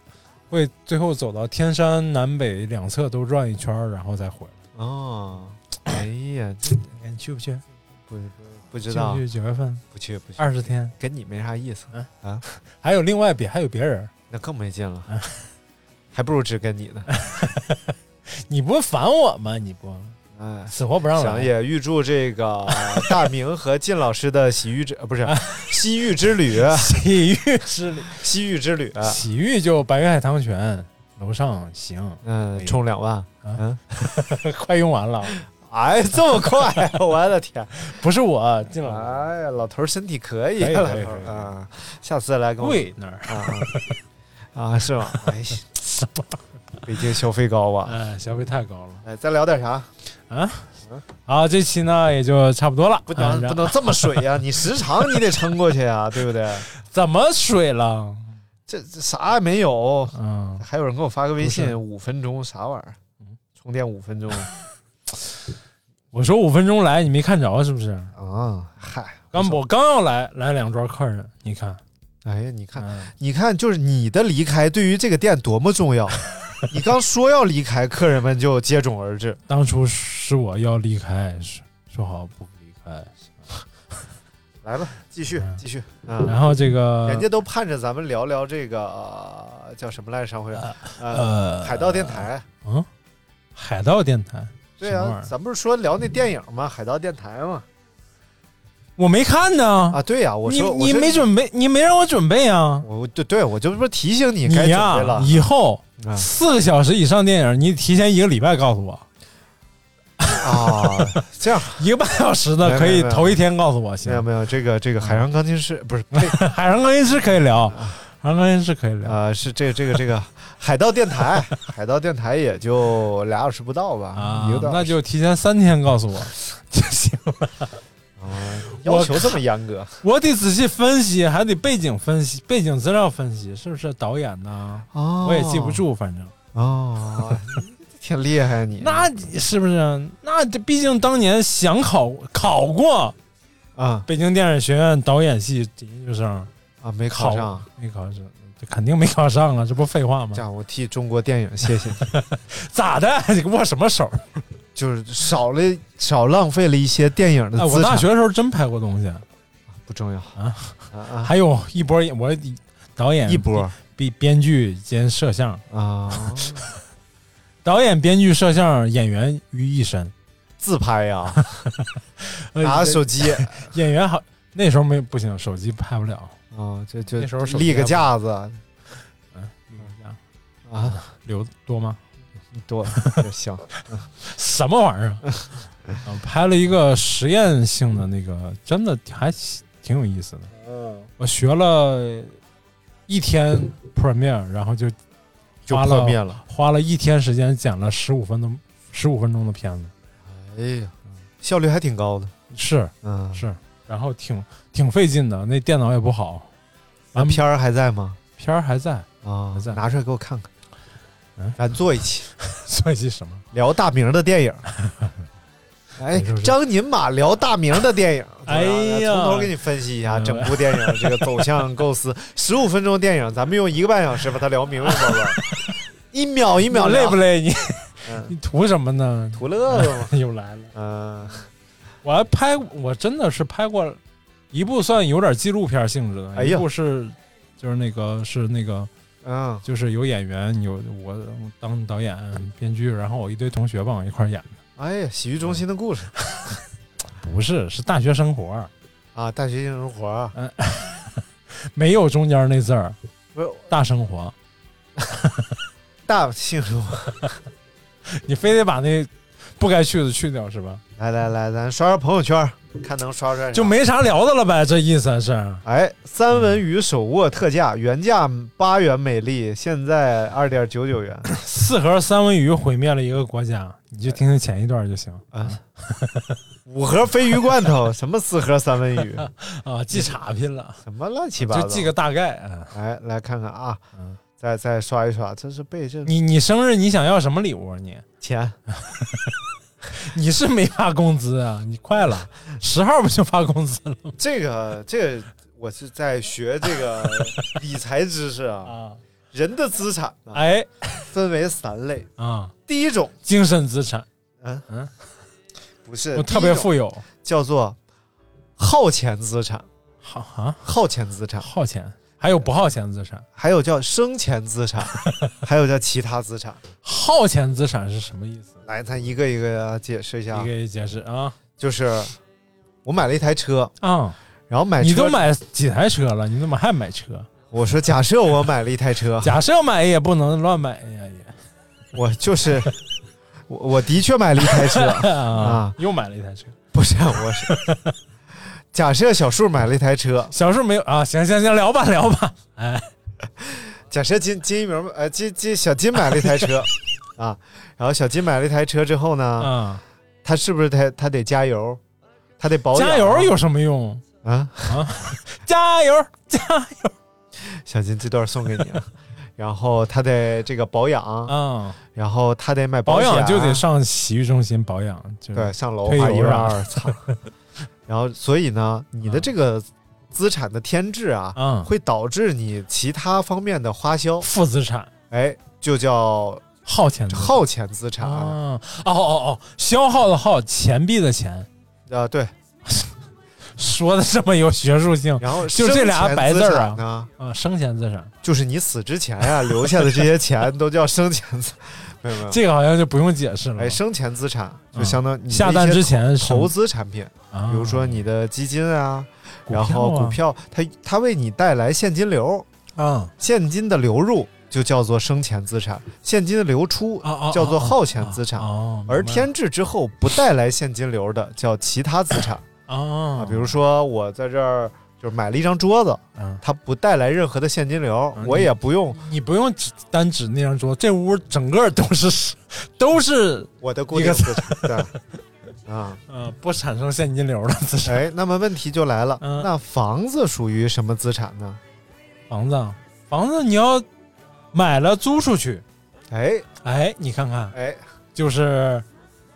会最后走到天山南北两侧都转一圈儿，然后再回来。哦，哎呀，哎你去不去？不不知道去不去？九月份不去不去，二十天，跟你没啥意思嗯啊，还有另外别还有别人，那更没劲了，还不如只跟 你呢。你不烦我吗？你不哎，死活不让想来。也预祝 这个大明和靳老师的洗浴之呃不是西域之旅，洗浴之旅，西域之旅，呃洗浴就白云海棠泉楼上行， 嗯，充两万，嗯，快用完了。哎，这 么快，我的天，不是我进来，哎呀，老头儿身体可以可啊，以老可以头儿可以啊，下次来跟我贵 那儿。啊啊啊，是吗？哎呀，北京消费 高吧？哎，消费太高了哎，再聊点啥？啊！好，这期呢也就差不多了。不啊能然不能这么水呀、你时长你得撑过去呀、对不对？怎么水了？这这啥也没有，嗯，还有人给我发个微不信，是嗯五分钟啥玩意儿？ 充电 五分钟我说五分钟来，你没看着是不是？啊！嗨，刚我我刚要来，来两桌客人，你看，哎呀，你看，嗯你看，就是你的离开对于这个店多么重 要。你刚说要离开，客人们就接踵而至。当初是我要离开，是说好不离开，来吧，继续嗯继续啊！然后这个人家都盼着咱们聊聊这个、呃叫什么来着？上回呃，呃海盗电台。 嗯，海盗电台，对什么玩啊，意儿咱不是说聊那电影吗？海盗电台吗？我没看呢，啊，对呀、我你说你我说没准备，你没让我准备啊，我我对对，我这不是提醒你该你准呀备了，以后啊四个小时以上电影，你提前一个礼拜告诉我，啊？这样一个半小时没的有可没以有没有头一天告诉我没有行。没有，这个这个海上钢琴师不是呸 海上钢琴师可以聊，海上钢琴师可以聊啊、是这这个这个海盗电台，海盗电台也就俩小时不到吧，啊一个，多那小时就提前三天告诉我就行。啊我要求这么严格 我得仔细分析，还得背景分析、背景资料分析，是不是导演呢？哦我也记不住，反正哦，挺厉害你 那你是不是？那这毕竟当年想考考过啊北京电影学院导演系研究生，啊没考考上，没考上，这肯定没考上啊！这不废话吗这？样我替中国电影谢谢你， 咋的？你握什么手？就是少了少浪费了一些电影的哎，我资产，大学的时候真拍过东西，不重要啊啊啊，还有一波我导演一波编编剧兼摄像，啊。导演、编剧、摄像、演员于一身。自拍 呀、呃拿手机啊、演员好，那时候没不行，手机拍不了。这哦就那时候手机立个架子嗯啊，嗯留多吗？ 多行什么玩意儿啊？啊拍了一个实验性的那个，真的还挺有意思的。嗯我学了一天 Premiere，然后就就花破了灭了。花了一天时间剪了十五分钟十五分钟的片子，哎呀，效率还挺高的，是嗯，是，然后挺挺费劲的，那电脑也不好，嗯那啊片儿还在吗？片儿还在，啊还，在拿出来给我看看，嗯咱坐一起所以是什么？聊大明的电影。 哎没事没事，张宁马聊大明的电影，啊哎呀从头给你分析一下嗯整部电影这个走向 构思。十五分钟电影，咱们用一个半小时把它聊明白，宝贝儿，一秒一你秒累不累？累？你 嗯你图什么呢？ 图乐子嘛，又来了。嗯。我还拍，我真的是拍过一部算有点纪录片性质的，哎一呀部是就是那个是那个嗯就是有演员有我当导演编剧，然后我一堆同学帮我一块儿演的，，哎呀，洗浴中心的故事不是是大学生活，啊，大学性生活啊，没有中间那字儿，不是大生活，大性生活。你非得把那不该去的去掉是吧？来来来，咱刷刷朋友圈，看能刷出来啥就。没啥聊的了呗，这意思是哎，三文鱼手握特价，原价八 元每粒，现在二点九九元。四盒三文鱼毁灭了一个国家，你就听听前一段就行啊。五盒鲱鱼罐头，什么四盒三文 鱼啊，嗯记岔劈了，什么乱七八糟，就记个大概啊。来来看看啊，再再刷一刷，这是被这你你生日你想要什么礼物？啊你 钱，你是没发工资啊？你快了，十号不就发工资了吗？这个这个，我是在学这 个理财知识啊。人的资产呢，哎，分为三类啊。第一种精神资产，嗯嗯，不是我特别富有，叫做耗钱资产，耗啊，耗钱资产，耗钱，还有不耗钱资产，还有叫生前资产，还有叫其他资产。耗钱资产是什么意思？来，咱一个一个解释一下你。给解释啊就是我买了一台车，啊！然后买车啊你都，买几台车了？你怎么还买车？我说假设我买了一台车，假设买也不能乱买呀，也我就是我我的确买了一 台车啊，又买了一台车。不是啊我是假设小树买了一台车，小时候没有啊，行行行，聊吧聊吧，哎，假设金金一鸣呃金金小金买了一台车 啊，然后小金买了一台车之后呢，嗯，他是不是他他得加油，他得保养加油有什么用？啊？加油加油！小金这段送给 你啊。然后他得这个保养，嗯，然后他得买保啊险养就得啊上哎洗浴中心保养，就是对，上楼推花一油万啥二，操！ 然后，所以呢，你的这个资产的添置啊，嗯会导致你其他方面的花销，负资产哎，就叫耗钱资产耗钱资产啊。啊，哦哦哦，消耗的耗，钱币的钱，啊对，说的这么有学术 性然后就这俩白字生前资儿产啊呢，啊，生前资产，就是你死之前呀、留下的这 些钱都叫生前资，没有没有，这个好像就不用解释了。嗯哎，生前资产就相当于你的嗯下蛋一些之前是投资产品，啊比如说你的基金啊，股然后票啊股票，它它为你带来现金流，啊现金的流入就叫做生前资产，现金的流出啊啊叫做耗钱资啊产，哦，而明白添置之后不带来现金流的叫其他资产啊。啊，比如说我在这儿就是买了一张桌子，嗯它不带来任何的现金流啊，我也不用你不用指单指那张桌，这屋整个都是都是我的固定资产。对 啊，呃不产生现金流的资产。 哎，那么问题就来了，嗯那房子属于什么资产呢？房子啊，房子你要买了租出去，哎哎，你看看哎就是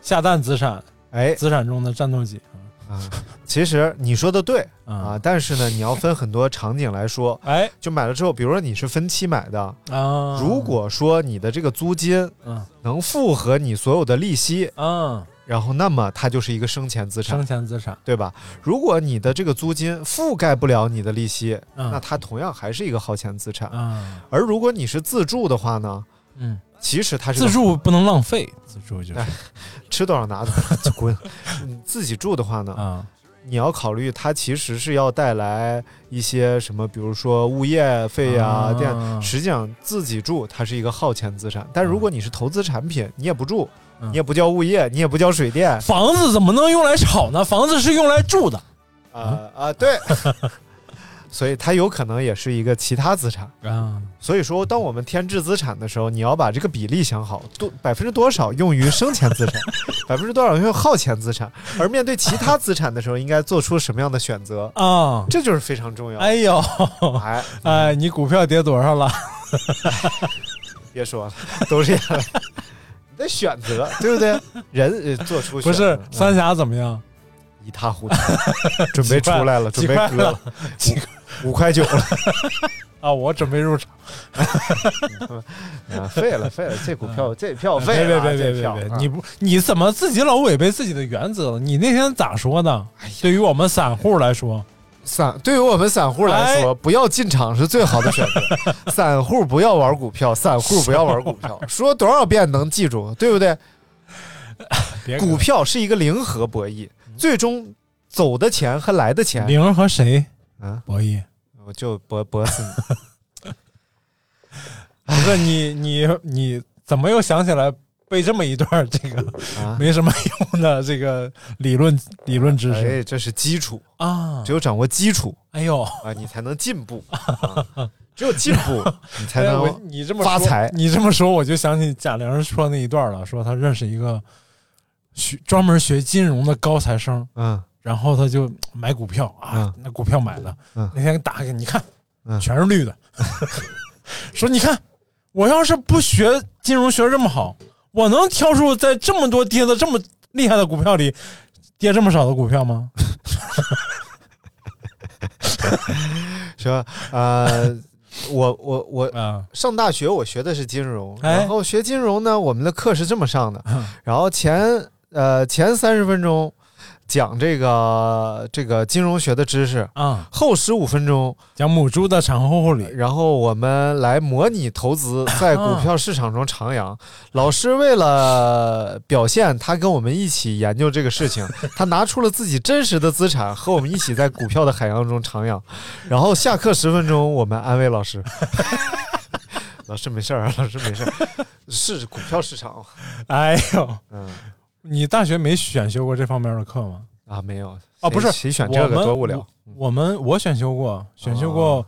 下蛋资产，哎资产中的战斗机。啊，其实你说的对嗯啊，但是呢，你要分很多场景来说。 哎就买了之后，比如说你是分期买的，啊，如果说你的这个租金嗯能复合你所有的利息，嗯，然后那么它就是一个生前资生产，前资产对吧？如果你的这个租金覆盖不了你的利息，嗯那它同样还是一个耗钱资产。啊，而如果你是自住的话呢，嗯，其实它是个啊自住不能浪费，自住就是吃多少拿多 少就滚。你自己住的话呢，啊你要考虑它其实是要带来一些什么，比如说物业费呀、啊电。实际上自己住它是一个耗钱资产，但啊如果你是投资产品，你也不住，嗯你也不交物业，你也不交水电，啊房子怎么能用来炒呢？房子是用来住的啊、对， 所以它有可能也是一个其他资产。啊。所以说，当我们添置资产的时候，你要把这个比例想好，多百分之多少用于生前 资产，百分之多少用于耗钱资产，而面对其他资产的时候，应该做出什么样的选择，啊，这就是非常重要。哎呦，哎，哎，你股票跌多少了？别说了，都 是这样的。你的选择，对不对？人呃做出不选择是三峡怎么样？一塌糊涂，准备出 来了，几准备块割了，几块五块九了，啊？我准备入场。啊废了废了，这股票这票嗯别废别了，别别这别票别！啊你不你怎么自己老违背自己的原则了？你那天咋说的？哎对于我们散户来说，散对于我们散户哎来说，不要进场是最好的选择。散户不要玩股票，散户不要玩股票，说多少遍能记住，对不对？哎别嗯股票是一个零和博弈，最终走的钱和来的钱，零和谁啊博弈？我就博博死你。 不是你你你怎么又想起来背这么一段这 个啊没什么用的这个理论理论知识哎，这是基础，啊只？有掌握基础哎呦，啊，你才能进步。 啊只有进步，你才哎能我你这么发说财你这么说，我就想起贾玲说那一段了，说她认识一个学专门学金融的高材生，嗯，然后他就买股票啊嗯，那股票买的，嗯那天打给你看，嗯全是绿 的，说你看，我要是不学金融学这么好，我能挑出在这么多跌的这么厉害的股票里跌这么少的股票吗？说呃，我我啊我上大学我学的是金融，哎然后学金融呢，我们的课是这么上的，然后前呃前三十分钟讲这个这个金融学的知识啊，后十五分钟讲母猪的产后护理，然后我们来模拟 投资在股票市场中徜徉。老师为了表现他跟我们一起研究这个事情，他拿出了自己真实的资产和我们一起在股票的海洋中徜徉。然后下课十分钟，我们安慰老师。 老师没事儿啊，老师没事儿，是股票市场哎呦，嗯你大学没选修过这方面的课吗？啊，没有啊，不是，谁谁选这个我们多无聊。嗯我们我选修过，选修过，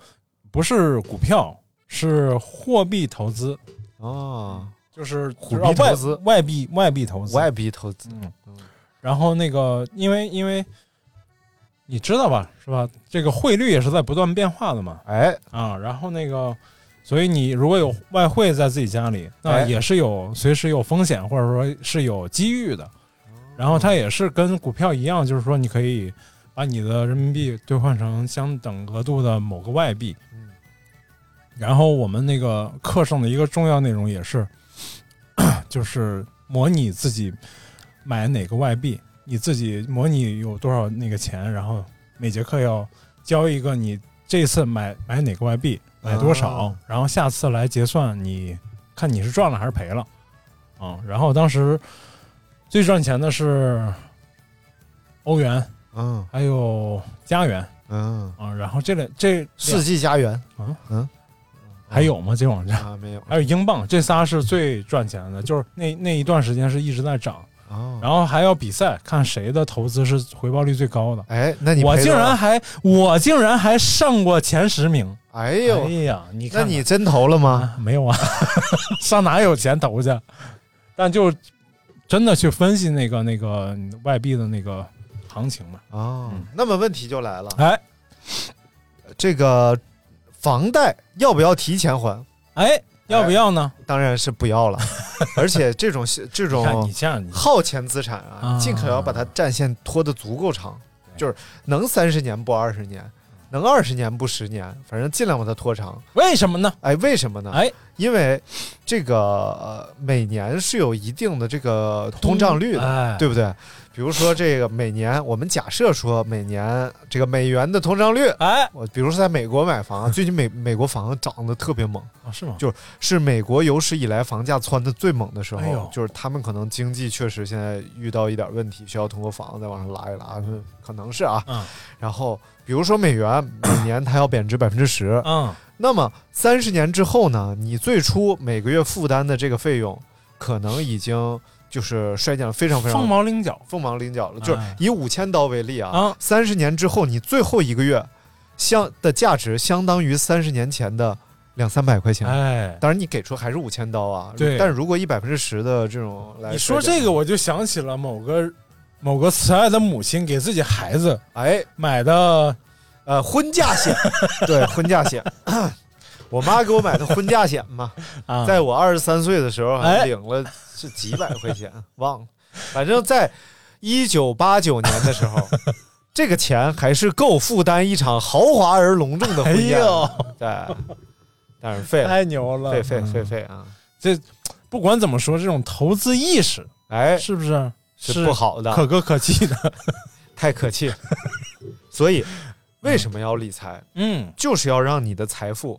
不是股票，是货币投资，哦，就是虎就是逼投资外外币外币投资，外币投资，嗯。然后那个，因为因为你知道吧，是吧？这个汇率也是在不断变化的嘛。哎啊，然后那个，所以你如果有外汇在自己家里，那哎也是有随时有风险，或者说是有机遇的。哦然后它也是跟股票一样，就是说你可以把你的人民币兑换成相等额度的某个外币。然后我们那个课上的一个重要内容也是， 就是模拟自己买哪个外币，你自己模拟有多少那个钱，然后每节课要教一个你这次买买哪个外币，买多少，啊然后下次来结算你看你是赚了还是赔了，啊、然后当时最赚钱的是欧元，嗯，还有加元，嗯啊、然后这两这世纪家园啊，嗯，还有吗？这网站 啊没有，还有英镑，这仨是最赚钱的，就是那那一段时间是一直在涨，哦然后还要比赛，看谁的投资是回报率最高的。哎，那你我赔竟多少然还我竟然还上过前十名，哎呦，哎呀，你看那看你真投了吗？没有啊， 上哪有钱投去？但就真的去分析那个那个外币的那个行情嘛。哦，嗯那么问题就来了，哎这个房贷要不要提前还？哎，要不要呢？当然是不要了，而且这 种这你看你种这样，你耗钱资产啊，啊尽可要把它战线拖得足够长，就是能三十年不二十嗯年，能二十年不十年，反正尽量把它拖长。为什么呢？哎，为什么呢？哎，因为这个、呃、每年是有一定的这个通胀率的，哎对不对？比如说这个每年，我们假设说每年这个美元的通胀率，哎，我比如说在美国买房，啊最近美美国房涨得特别猛，啊是吗？就是美国有史以来房价窜得最猛的时候，哎呦就是他们可能经济确实现在遇到一点问题，需要通过房子再往上拉一拉，可能是啊。嗯然后比如说美元每 年它要贬值百分之十，嗯，那么三十年之后呢，你最初每个月负担的这个费用，可能已经就是衰减了非常非常凤毛麟角凤毛麟角了。就是哎以五千刀为例啊啊，三十、年之后，你最后一个月相的价值相当于三十年前的两三百块钱。哎。当然，你给出还是五千刀啊。对但如果以百分之十的这种来，你说这个，，我就想起了某个某个慈爱的母亲给自己孩子哎，买的，呃，婚嫁 险，对，婚嫁险， 我妈给我买的婚嫁险嘛。啊，在我二十三岁的时候还哎领了是几百块钱， 忘了，反正在一九八九年的时 候，这个钱还是够负担一场豪华而隆重的婚宴的。对，但是废了，哎太牛了，废废哎嗯废废啊！不管怎么说，这种投资意识哎，是不是是不好的，可歌可泣的？太可气了。所以为什么要理财？ 嗯就是要让你的财富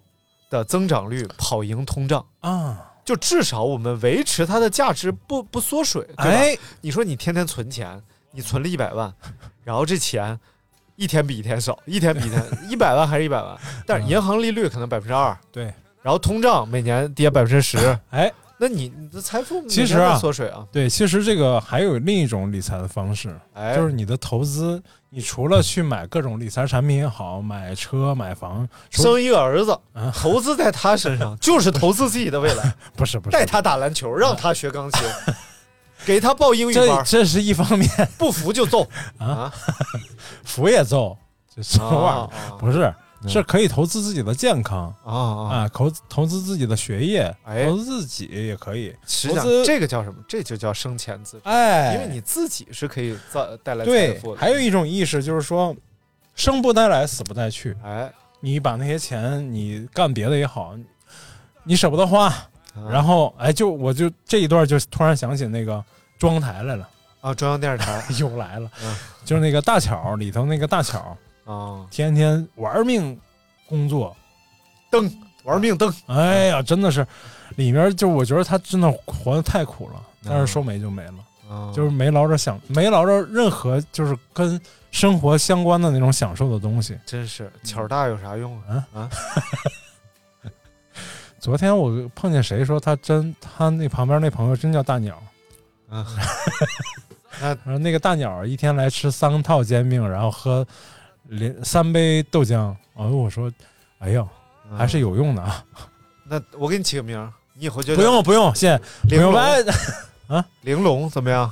的增长率跑赢通胀。啊，就至少我们维持它的价值不不缩水，对吧？哎，你说你天天存钱，你存了一 百万，然后这钱一天比一天少，一天 比一天一百万还是一百万，但嗯是银行利率可能百分之二，对，然后通胀每年跌百分之 十，哎，那你你的财富其实每年啊在缩水啊，对，其实这个还有另一种理财的方式，哎，就是你的投资，你除了去买各种理财产品也好，买车买房，除生一个儿子，啊投资 在他身上就是投资自己的未来，不是不是 带他打篮球，让他学钢琴，给他报英语班这儿，这是一方面， 不服就揍啊，服也揍，这什么玩意儿？不是，嗯是可以投资自己的健康啊啊！啊，投投资自己的学业，哎投资自己也可以。实际上投资，这个叫什么？这就叫生前自知，哎因为你自己是可以造带来财对富，的。还有一种意识就是说，生不带来，死不带去。哎，你把那些钱，你干别的也好，你舍不得花，嗯然后哎，就我就这一段就突然想起那个中央台来了 啊，中央电视台又来了，嗯就是那个大巧里头那个大巧，啊，天天玩命工作，蹬玩命蹬，哎呀，真的是，里面就我觉得他真的活得太苦了，嗯但是说没就没了。啊就是没捞着享，没捞着任何就是跟生活相关的那种享受的东西。真是嗯巧大有啥用啊啊！昨天我碰见谁说他真，他那旁边那朋友真叫大鸟， 啊，然后那个大鸟一天来吃三套煎饼，然后喝连三杯豆浆。哎呦，我说，哎呦，还是有用的啊！嗯那我给你起个名儿，你以后就不用不用，谢谢。玲明珑白啊？玲珑怎么样？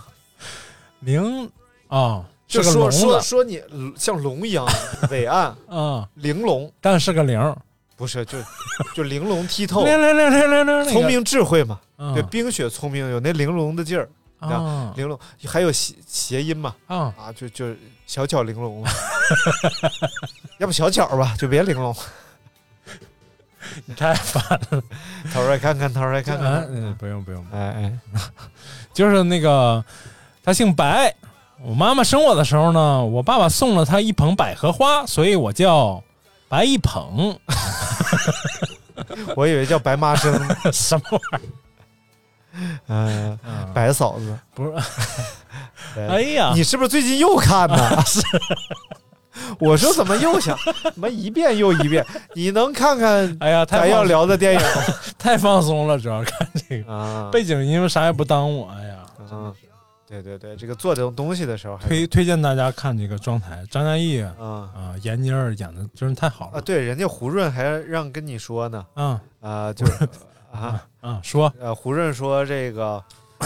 玲啊，就是个说聋说子说你像龙一样伟 岸，啊，玲珑但是个零儿，不是就就玲珑 剔透，零零零零零零，聪明智慧嘛，嗯对，冰雪聪明有那玲珑的劲儿。啊啊，玲珑还有谐谐音嘛？啊啊，就就小巧玲珑嘛， 要不小巧吧，就别玲珑。你太烦了。头儿来看看，头儿来看啊看。嗯，不用不用，哎哎，就是那个他姓白，我妈妈生我的时候呢，我爸爸送了她一捧百合花，所以我叫白一捧，我以为叫白妈生，什么玩意嗯，嗯白嫂子。儿？不是，哎呀你是不是最近又看 的？是。我说怎么又想，怎么一遍又一遍？你能看看？哎 呀，太放咱要聊的电影 太放松了，主要看这个、啊，背景音啥也不耽误。哎呀，嗯，对对对，这个做这种东西的时候还是推推荐大家看这个妆台，张嘉译啊、啊闫妮儿演的真是太好啊，了。对，人家胡润还让跟你说呢，嗯啊，就是啊嗯，说呃，胡润说这个。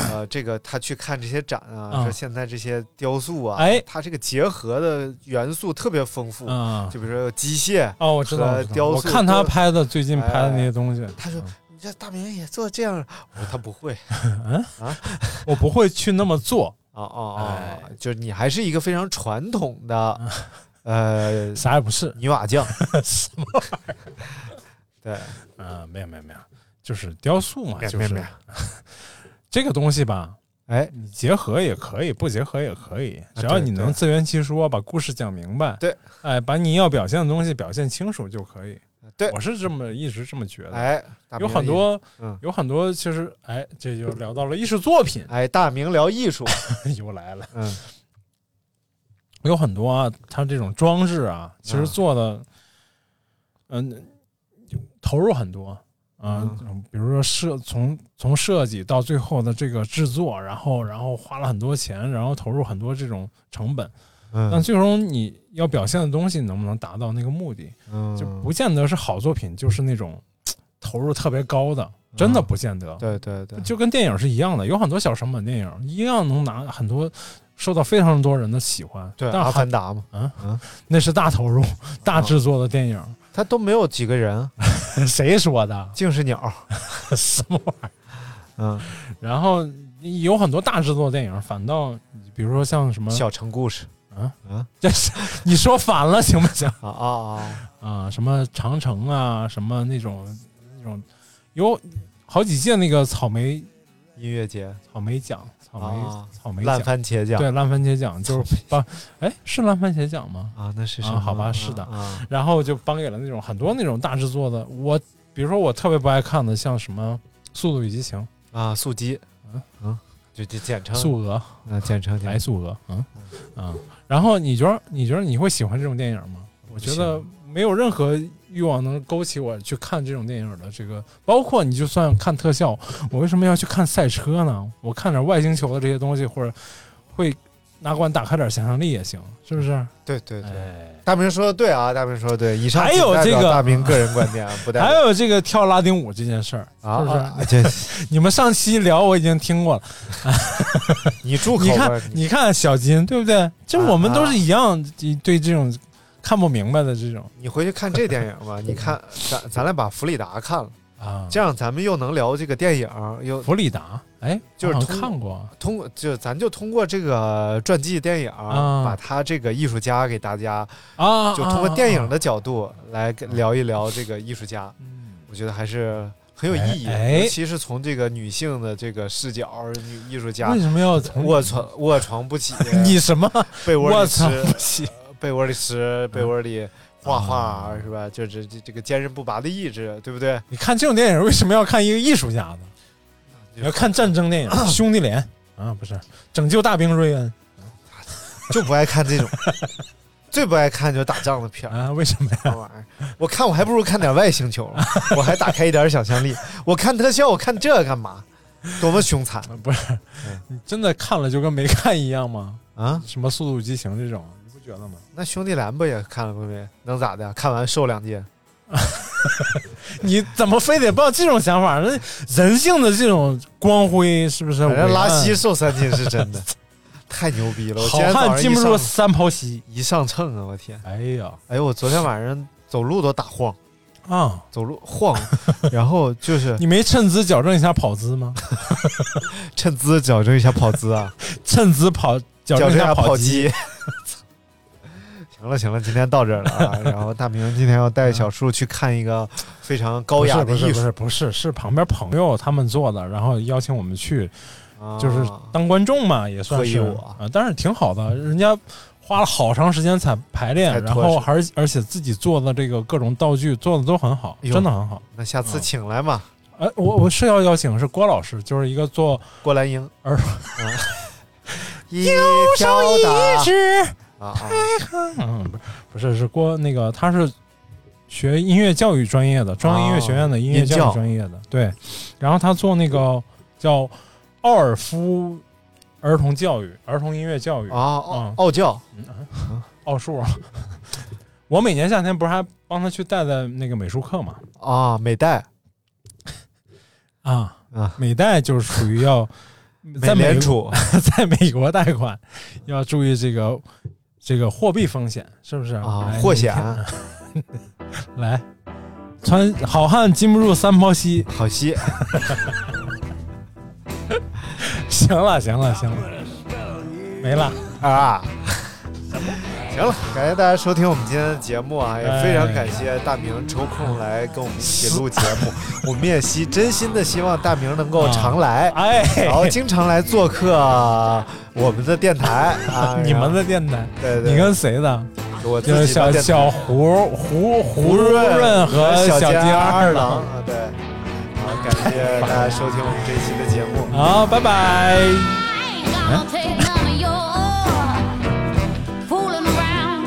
呃，这个他去看这些展啊，嗯说现在这些雕塑啊，哎它这个结合的元素特别丰富，嗯就比如说有机械，哦，我知道，我和知道雕塑我看他都拍的最近拍的那些东西，他说你这大明也做这样，我说他不会， 我不会去那么做，啊哎啊啊！就是你还是一个非常传统的，呃，啥也不是。泥瓦匠，嗯 什么玩意儿？对，啊，没有没有没有，就是雕塑嘛，没有就没有是嗯没有这个东西吧，哎，你结合也可以，不结合也可以，只要啊对你对能自圆其说，把故事讲明白，对，哎，把你要表现的东西表现清楚就可以。对我是这么一直这么觉得。哎，大有明很艺多嗯，，有很多，其实哎，这就聊到了艺术作品 哎，大明聊艺术，又来了。嗯，有很多啊，它这种装置啊，其实嗯做的，嗯、投入很多啊、比如说设从从设计到最后的这个制作，然后然后花了很多钱，然后投入很多这种成本， 但嗯最终你要表现的东西能不能达到那个目的，嗯，就不见得是好作品，就是那种嘖投入特别高的，真的不见得。嗯对对对，就跟电影是一样的，有很多小成本电影一样能拿很多受到非常多人的喜欢，对但阿是很凡达嘛，嗯嗯，那是大投入、大制作的电影，他都没有几 个人，谁说的？竟是鸟，嗯 什么玩意儿？嗯，然后有很多大制作的电影，反倒比如说像什么， 小城故事这是你说反了行不行？啊啊啊，啊，什么长城啊，什么那种那种，有好几届那个草莓音乐节，草莓奖，草莓、啊草莓烂奖，番茄酱，对烂番茄奖就是颁，哎是烂番茄奖吗？啊，那是啊什么？好吧是的啊，然后就颁给了那种很多那种大制作的。我比如说我特别不爱看的，像什么《速度与激情啊啊，素鸡嗯，嗯，就就简》、称《素娥》、啊，简称《白素娥》嗯啊。然后你觉得你觉得你会喜欢这种电影吗？我觉得没有任何欲望能勾起我去看这种电影的这个，包括你就算看特效，我为什么要去看赛车呢？我看点外星球的这些东西，或者会哪管打开点想象力也行，是不是？对对对，大明说的对啊，大明说的对。以上哎还有仅代表这个大明个人 观点，啊，不代表还有这个跳拉丁舞这件事儿，啊是不是？啊这 你们上期聊我已经听过了，你住口你吧看，你看小金对不对？就我啊们都是一样，对这种看不明白的这种，你回去看这电影吧。你看，咱咱俩把《弗里达》看了啊，这样咱们又能聊这个电影，又《弗里达》哎，就是我好通像看过，通过就咱就通过这个传记电影，啊把他这个艺术家给大家啊嗯就通过电影的角度来跟聊一聊这个艺术家，我觉得还是。很有意义，哎哎尤其是从这个女性的这个视角，女艺术家为什么要从？卧床卧床不起 你什么被窝卧里吃床不起，嗯被窝里吃，被窝里画啊画、是吧？就这这这个坚韧不拔的意志，对不对？你看这种电影为什么要看一个艺术家呢？你要看战争 电影，《兄弟连》啊，不是《拯救大兵瑞恩就不爱看这 种，最不爱看就是打仗的片儿。啊？为什么呀？ 玩意儿，我看我还不如看点外星球了，我还打开一点想象力。我看特效，我看这干嘛？多么凶残！不是，你真的看了就跟没看一样吗？啊，什么《速度与激情》这种，你不觉得吗？那兄弟连不也看了没？能咋的？看完瘦两斤，你怎么非得抱这种想法？那人性的这种光辉是不是？反正拉稀瘦三斤是 真的，太牛逼了！我好今天早汉上禁一不住上三泡稀。一上秤啊，我天！哎呀哎呦，我昨天晚上走路都打晃，啊！走 路晃，然后 就是你没趁资矫正一下跑姿吗？ 趁姿矫正一下跑姿啊，趁资跑矫矫正一正一下下跑机机。 行了行了，今天到这儿了啊。然后大明今天要带小树去看一个非常高雅的不是不是艺不术是，不是是旁边朋友他们做的，然后邀请我们去，啊就是当观众嘛，也算是可以我啊，但是挺好的，人家花了好长时间才排才练，脱然后而而且自己做的这个各种道具做的都很好，哎呦真的很好。那下次请来嘛，哎，我我是要邀请是郭老师，就是一个做郭兰英。儿 一条大只，啊啊！嗯，不是不是是郭那个他是学音乐教育专业的，中央音乐学院的音乐音教教育专业的，对，然后他做那个叫奥尔夫儿童教育、儿童音乐教育啊，嗯傲傲娇，奥数。啊 我每年夏天不是还帮他去带带那个美术课嘛？啊，美代啊啊，美代就是属于要在美联国储在美 国贷款要注意这个这个货币风险，是不是啊哎，霍显，来，穿好汉禁不住三泡稀。好 戏。行了，行了，行了，没了。啊。行了，感谢大家收听我们今天的节目啊，也非哎常感谢大明抽空来跟我们一起录节 目，我们也希真心的希望大明能够常来，啊哎，然后经常来做客我们的电 ，台啊你们的电台，对对你跟谁的？我自就是己小的电台小胡胡胡胡润润和小金二二郎。啊，对，好，感谢大家收听我们这期的节 目。好，拜拜。 I'll take none of your fooling around.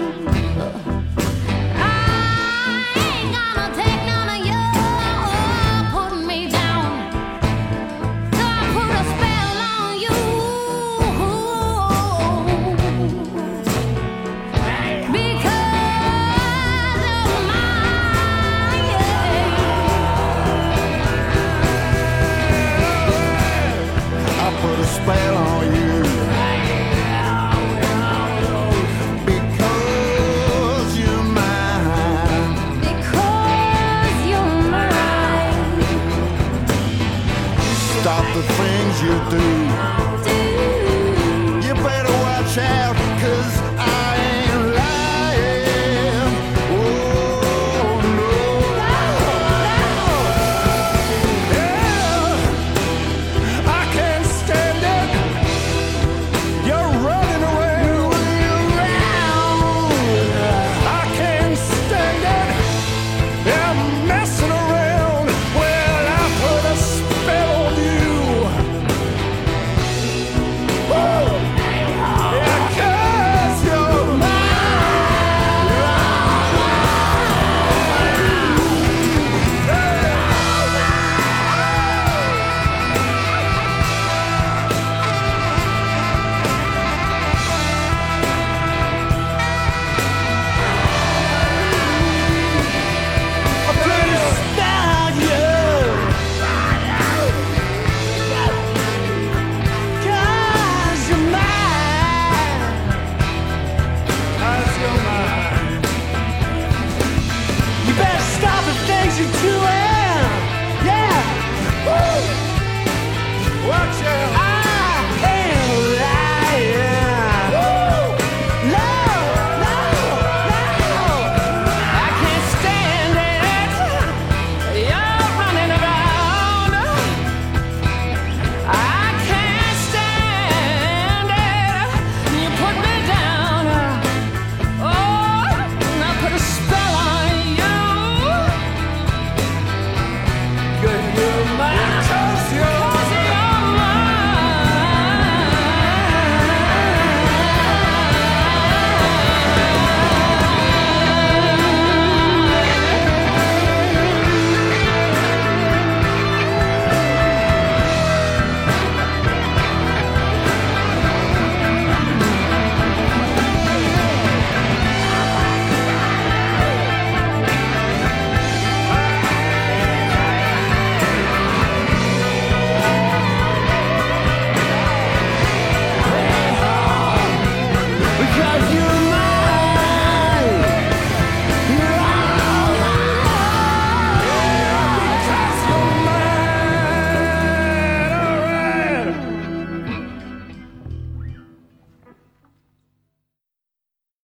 I ain't gonna take none of your putting me down. I put a spell on you because of my. I put a spell on you. Because you're mine. Because you're mine. Stop the things you do.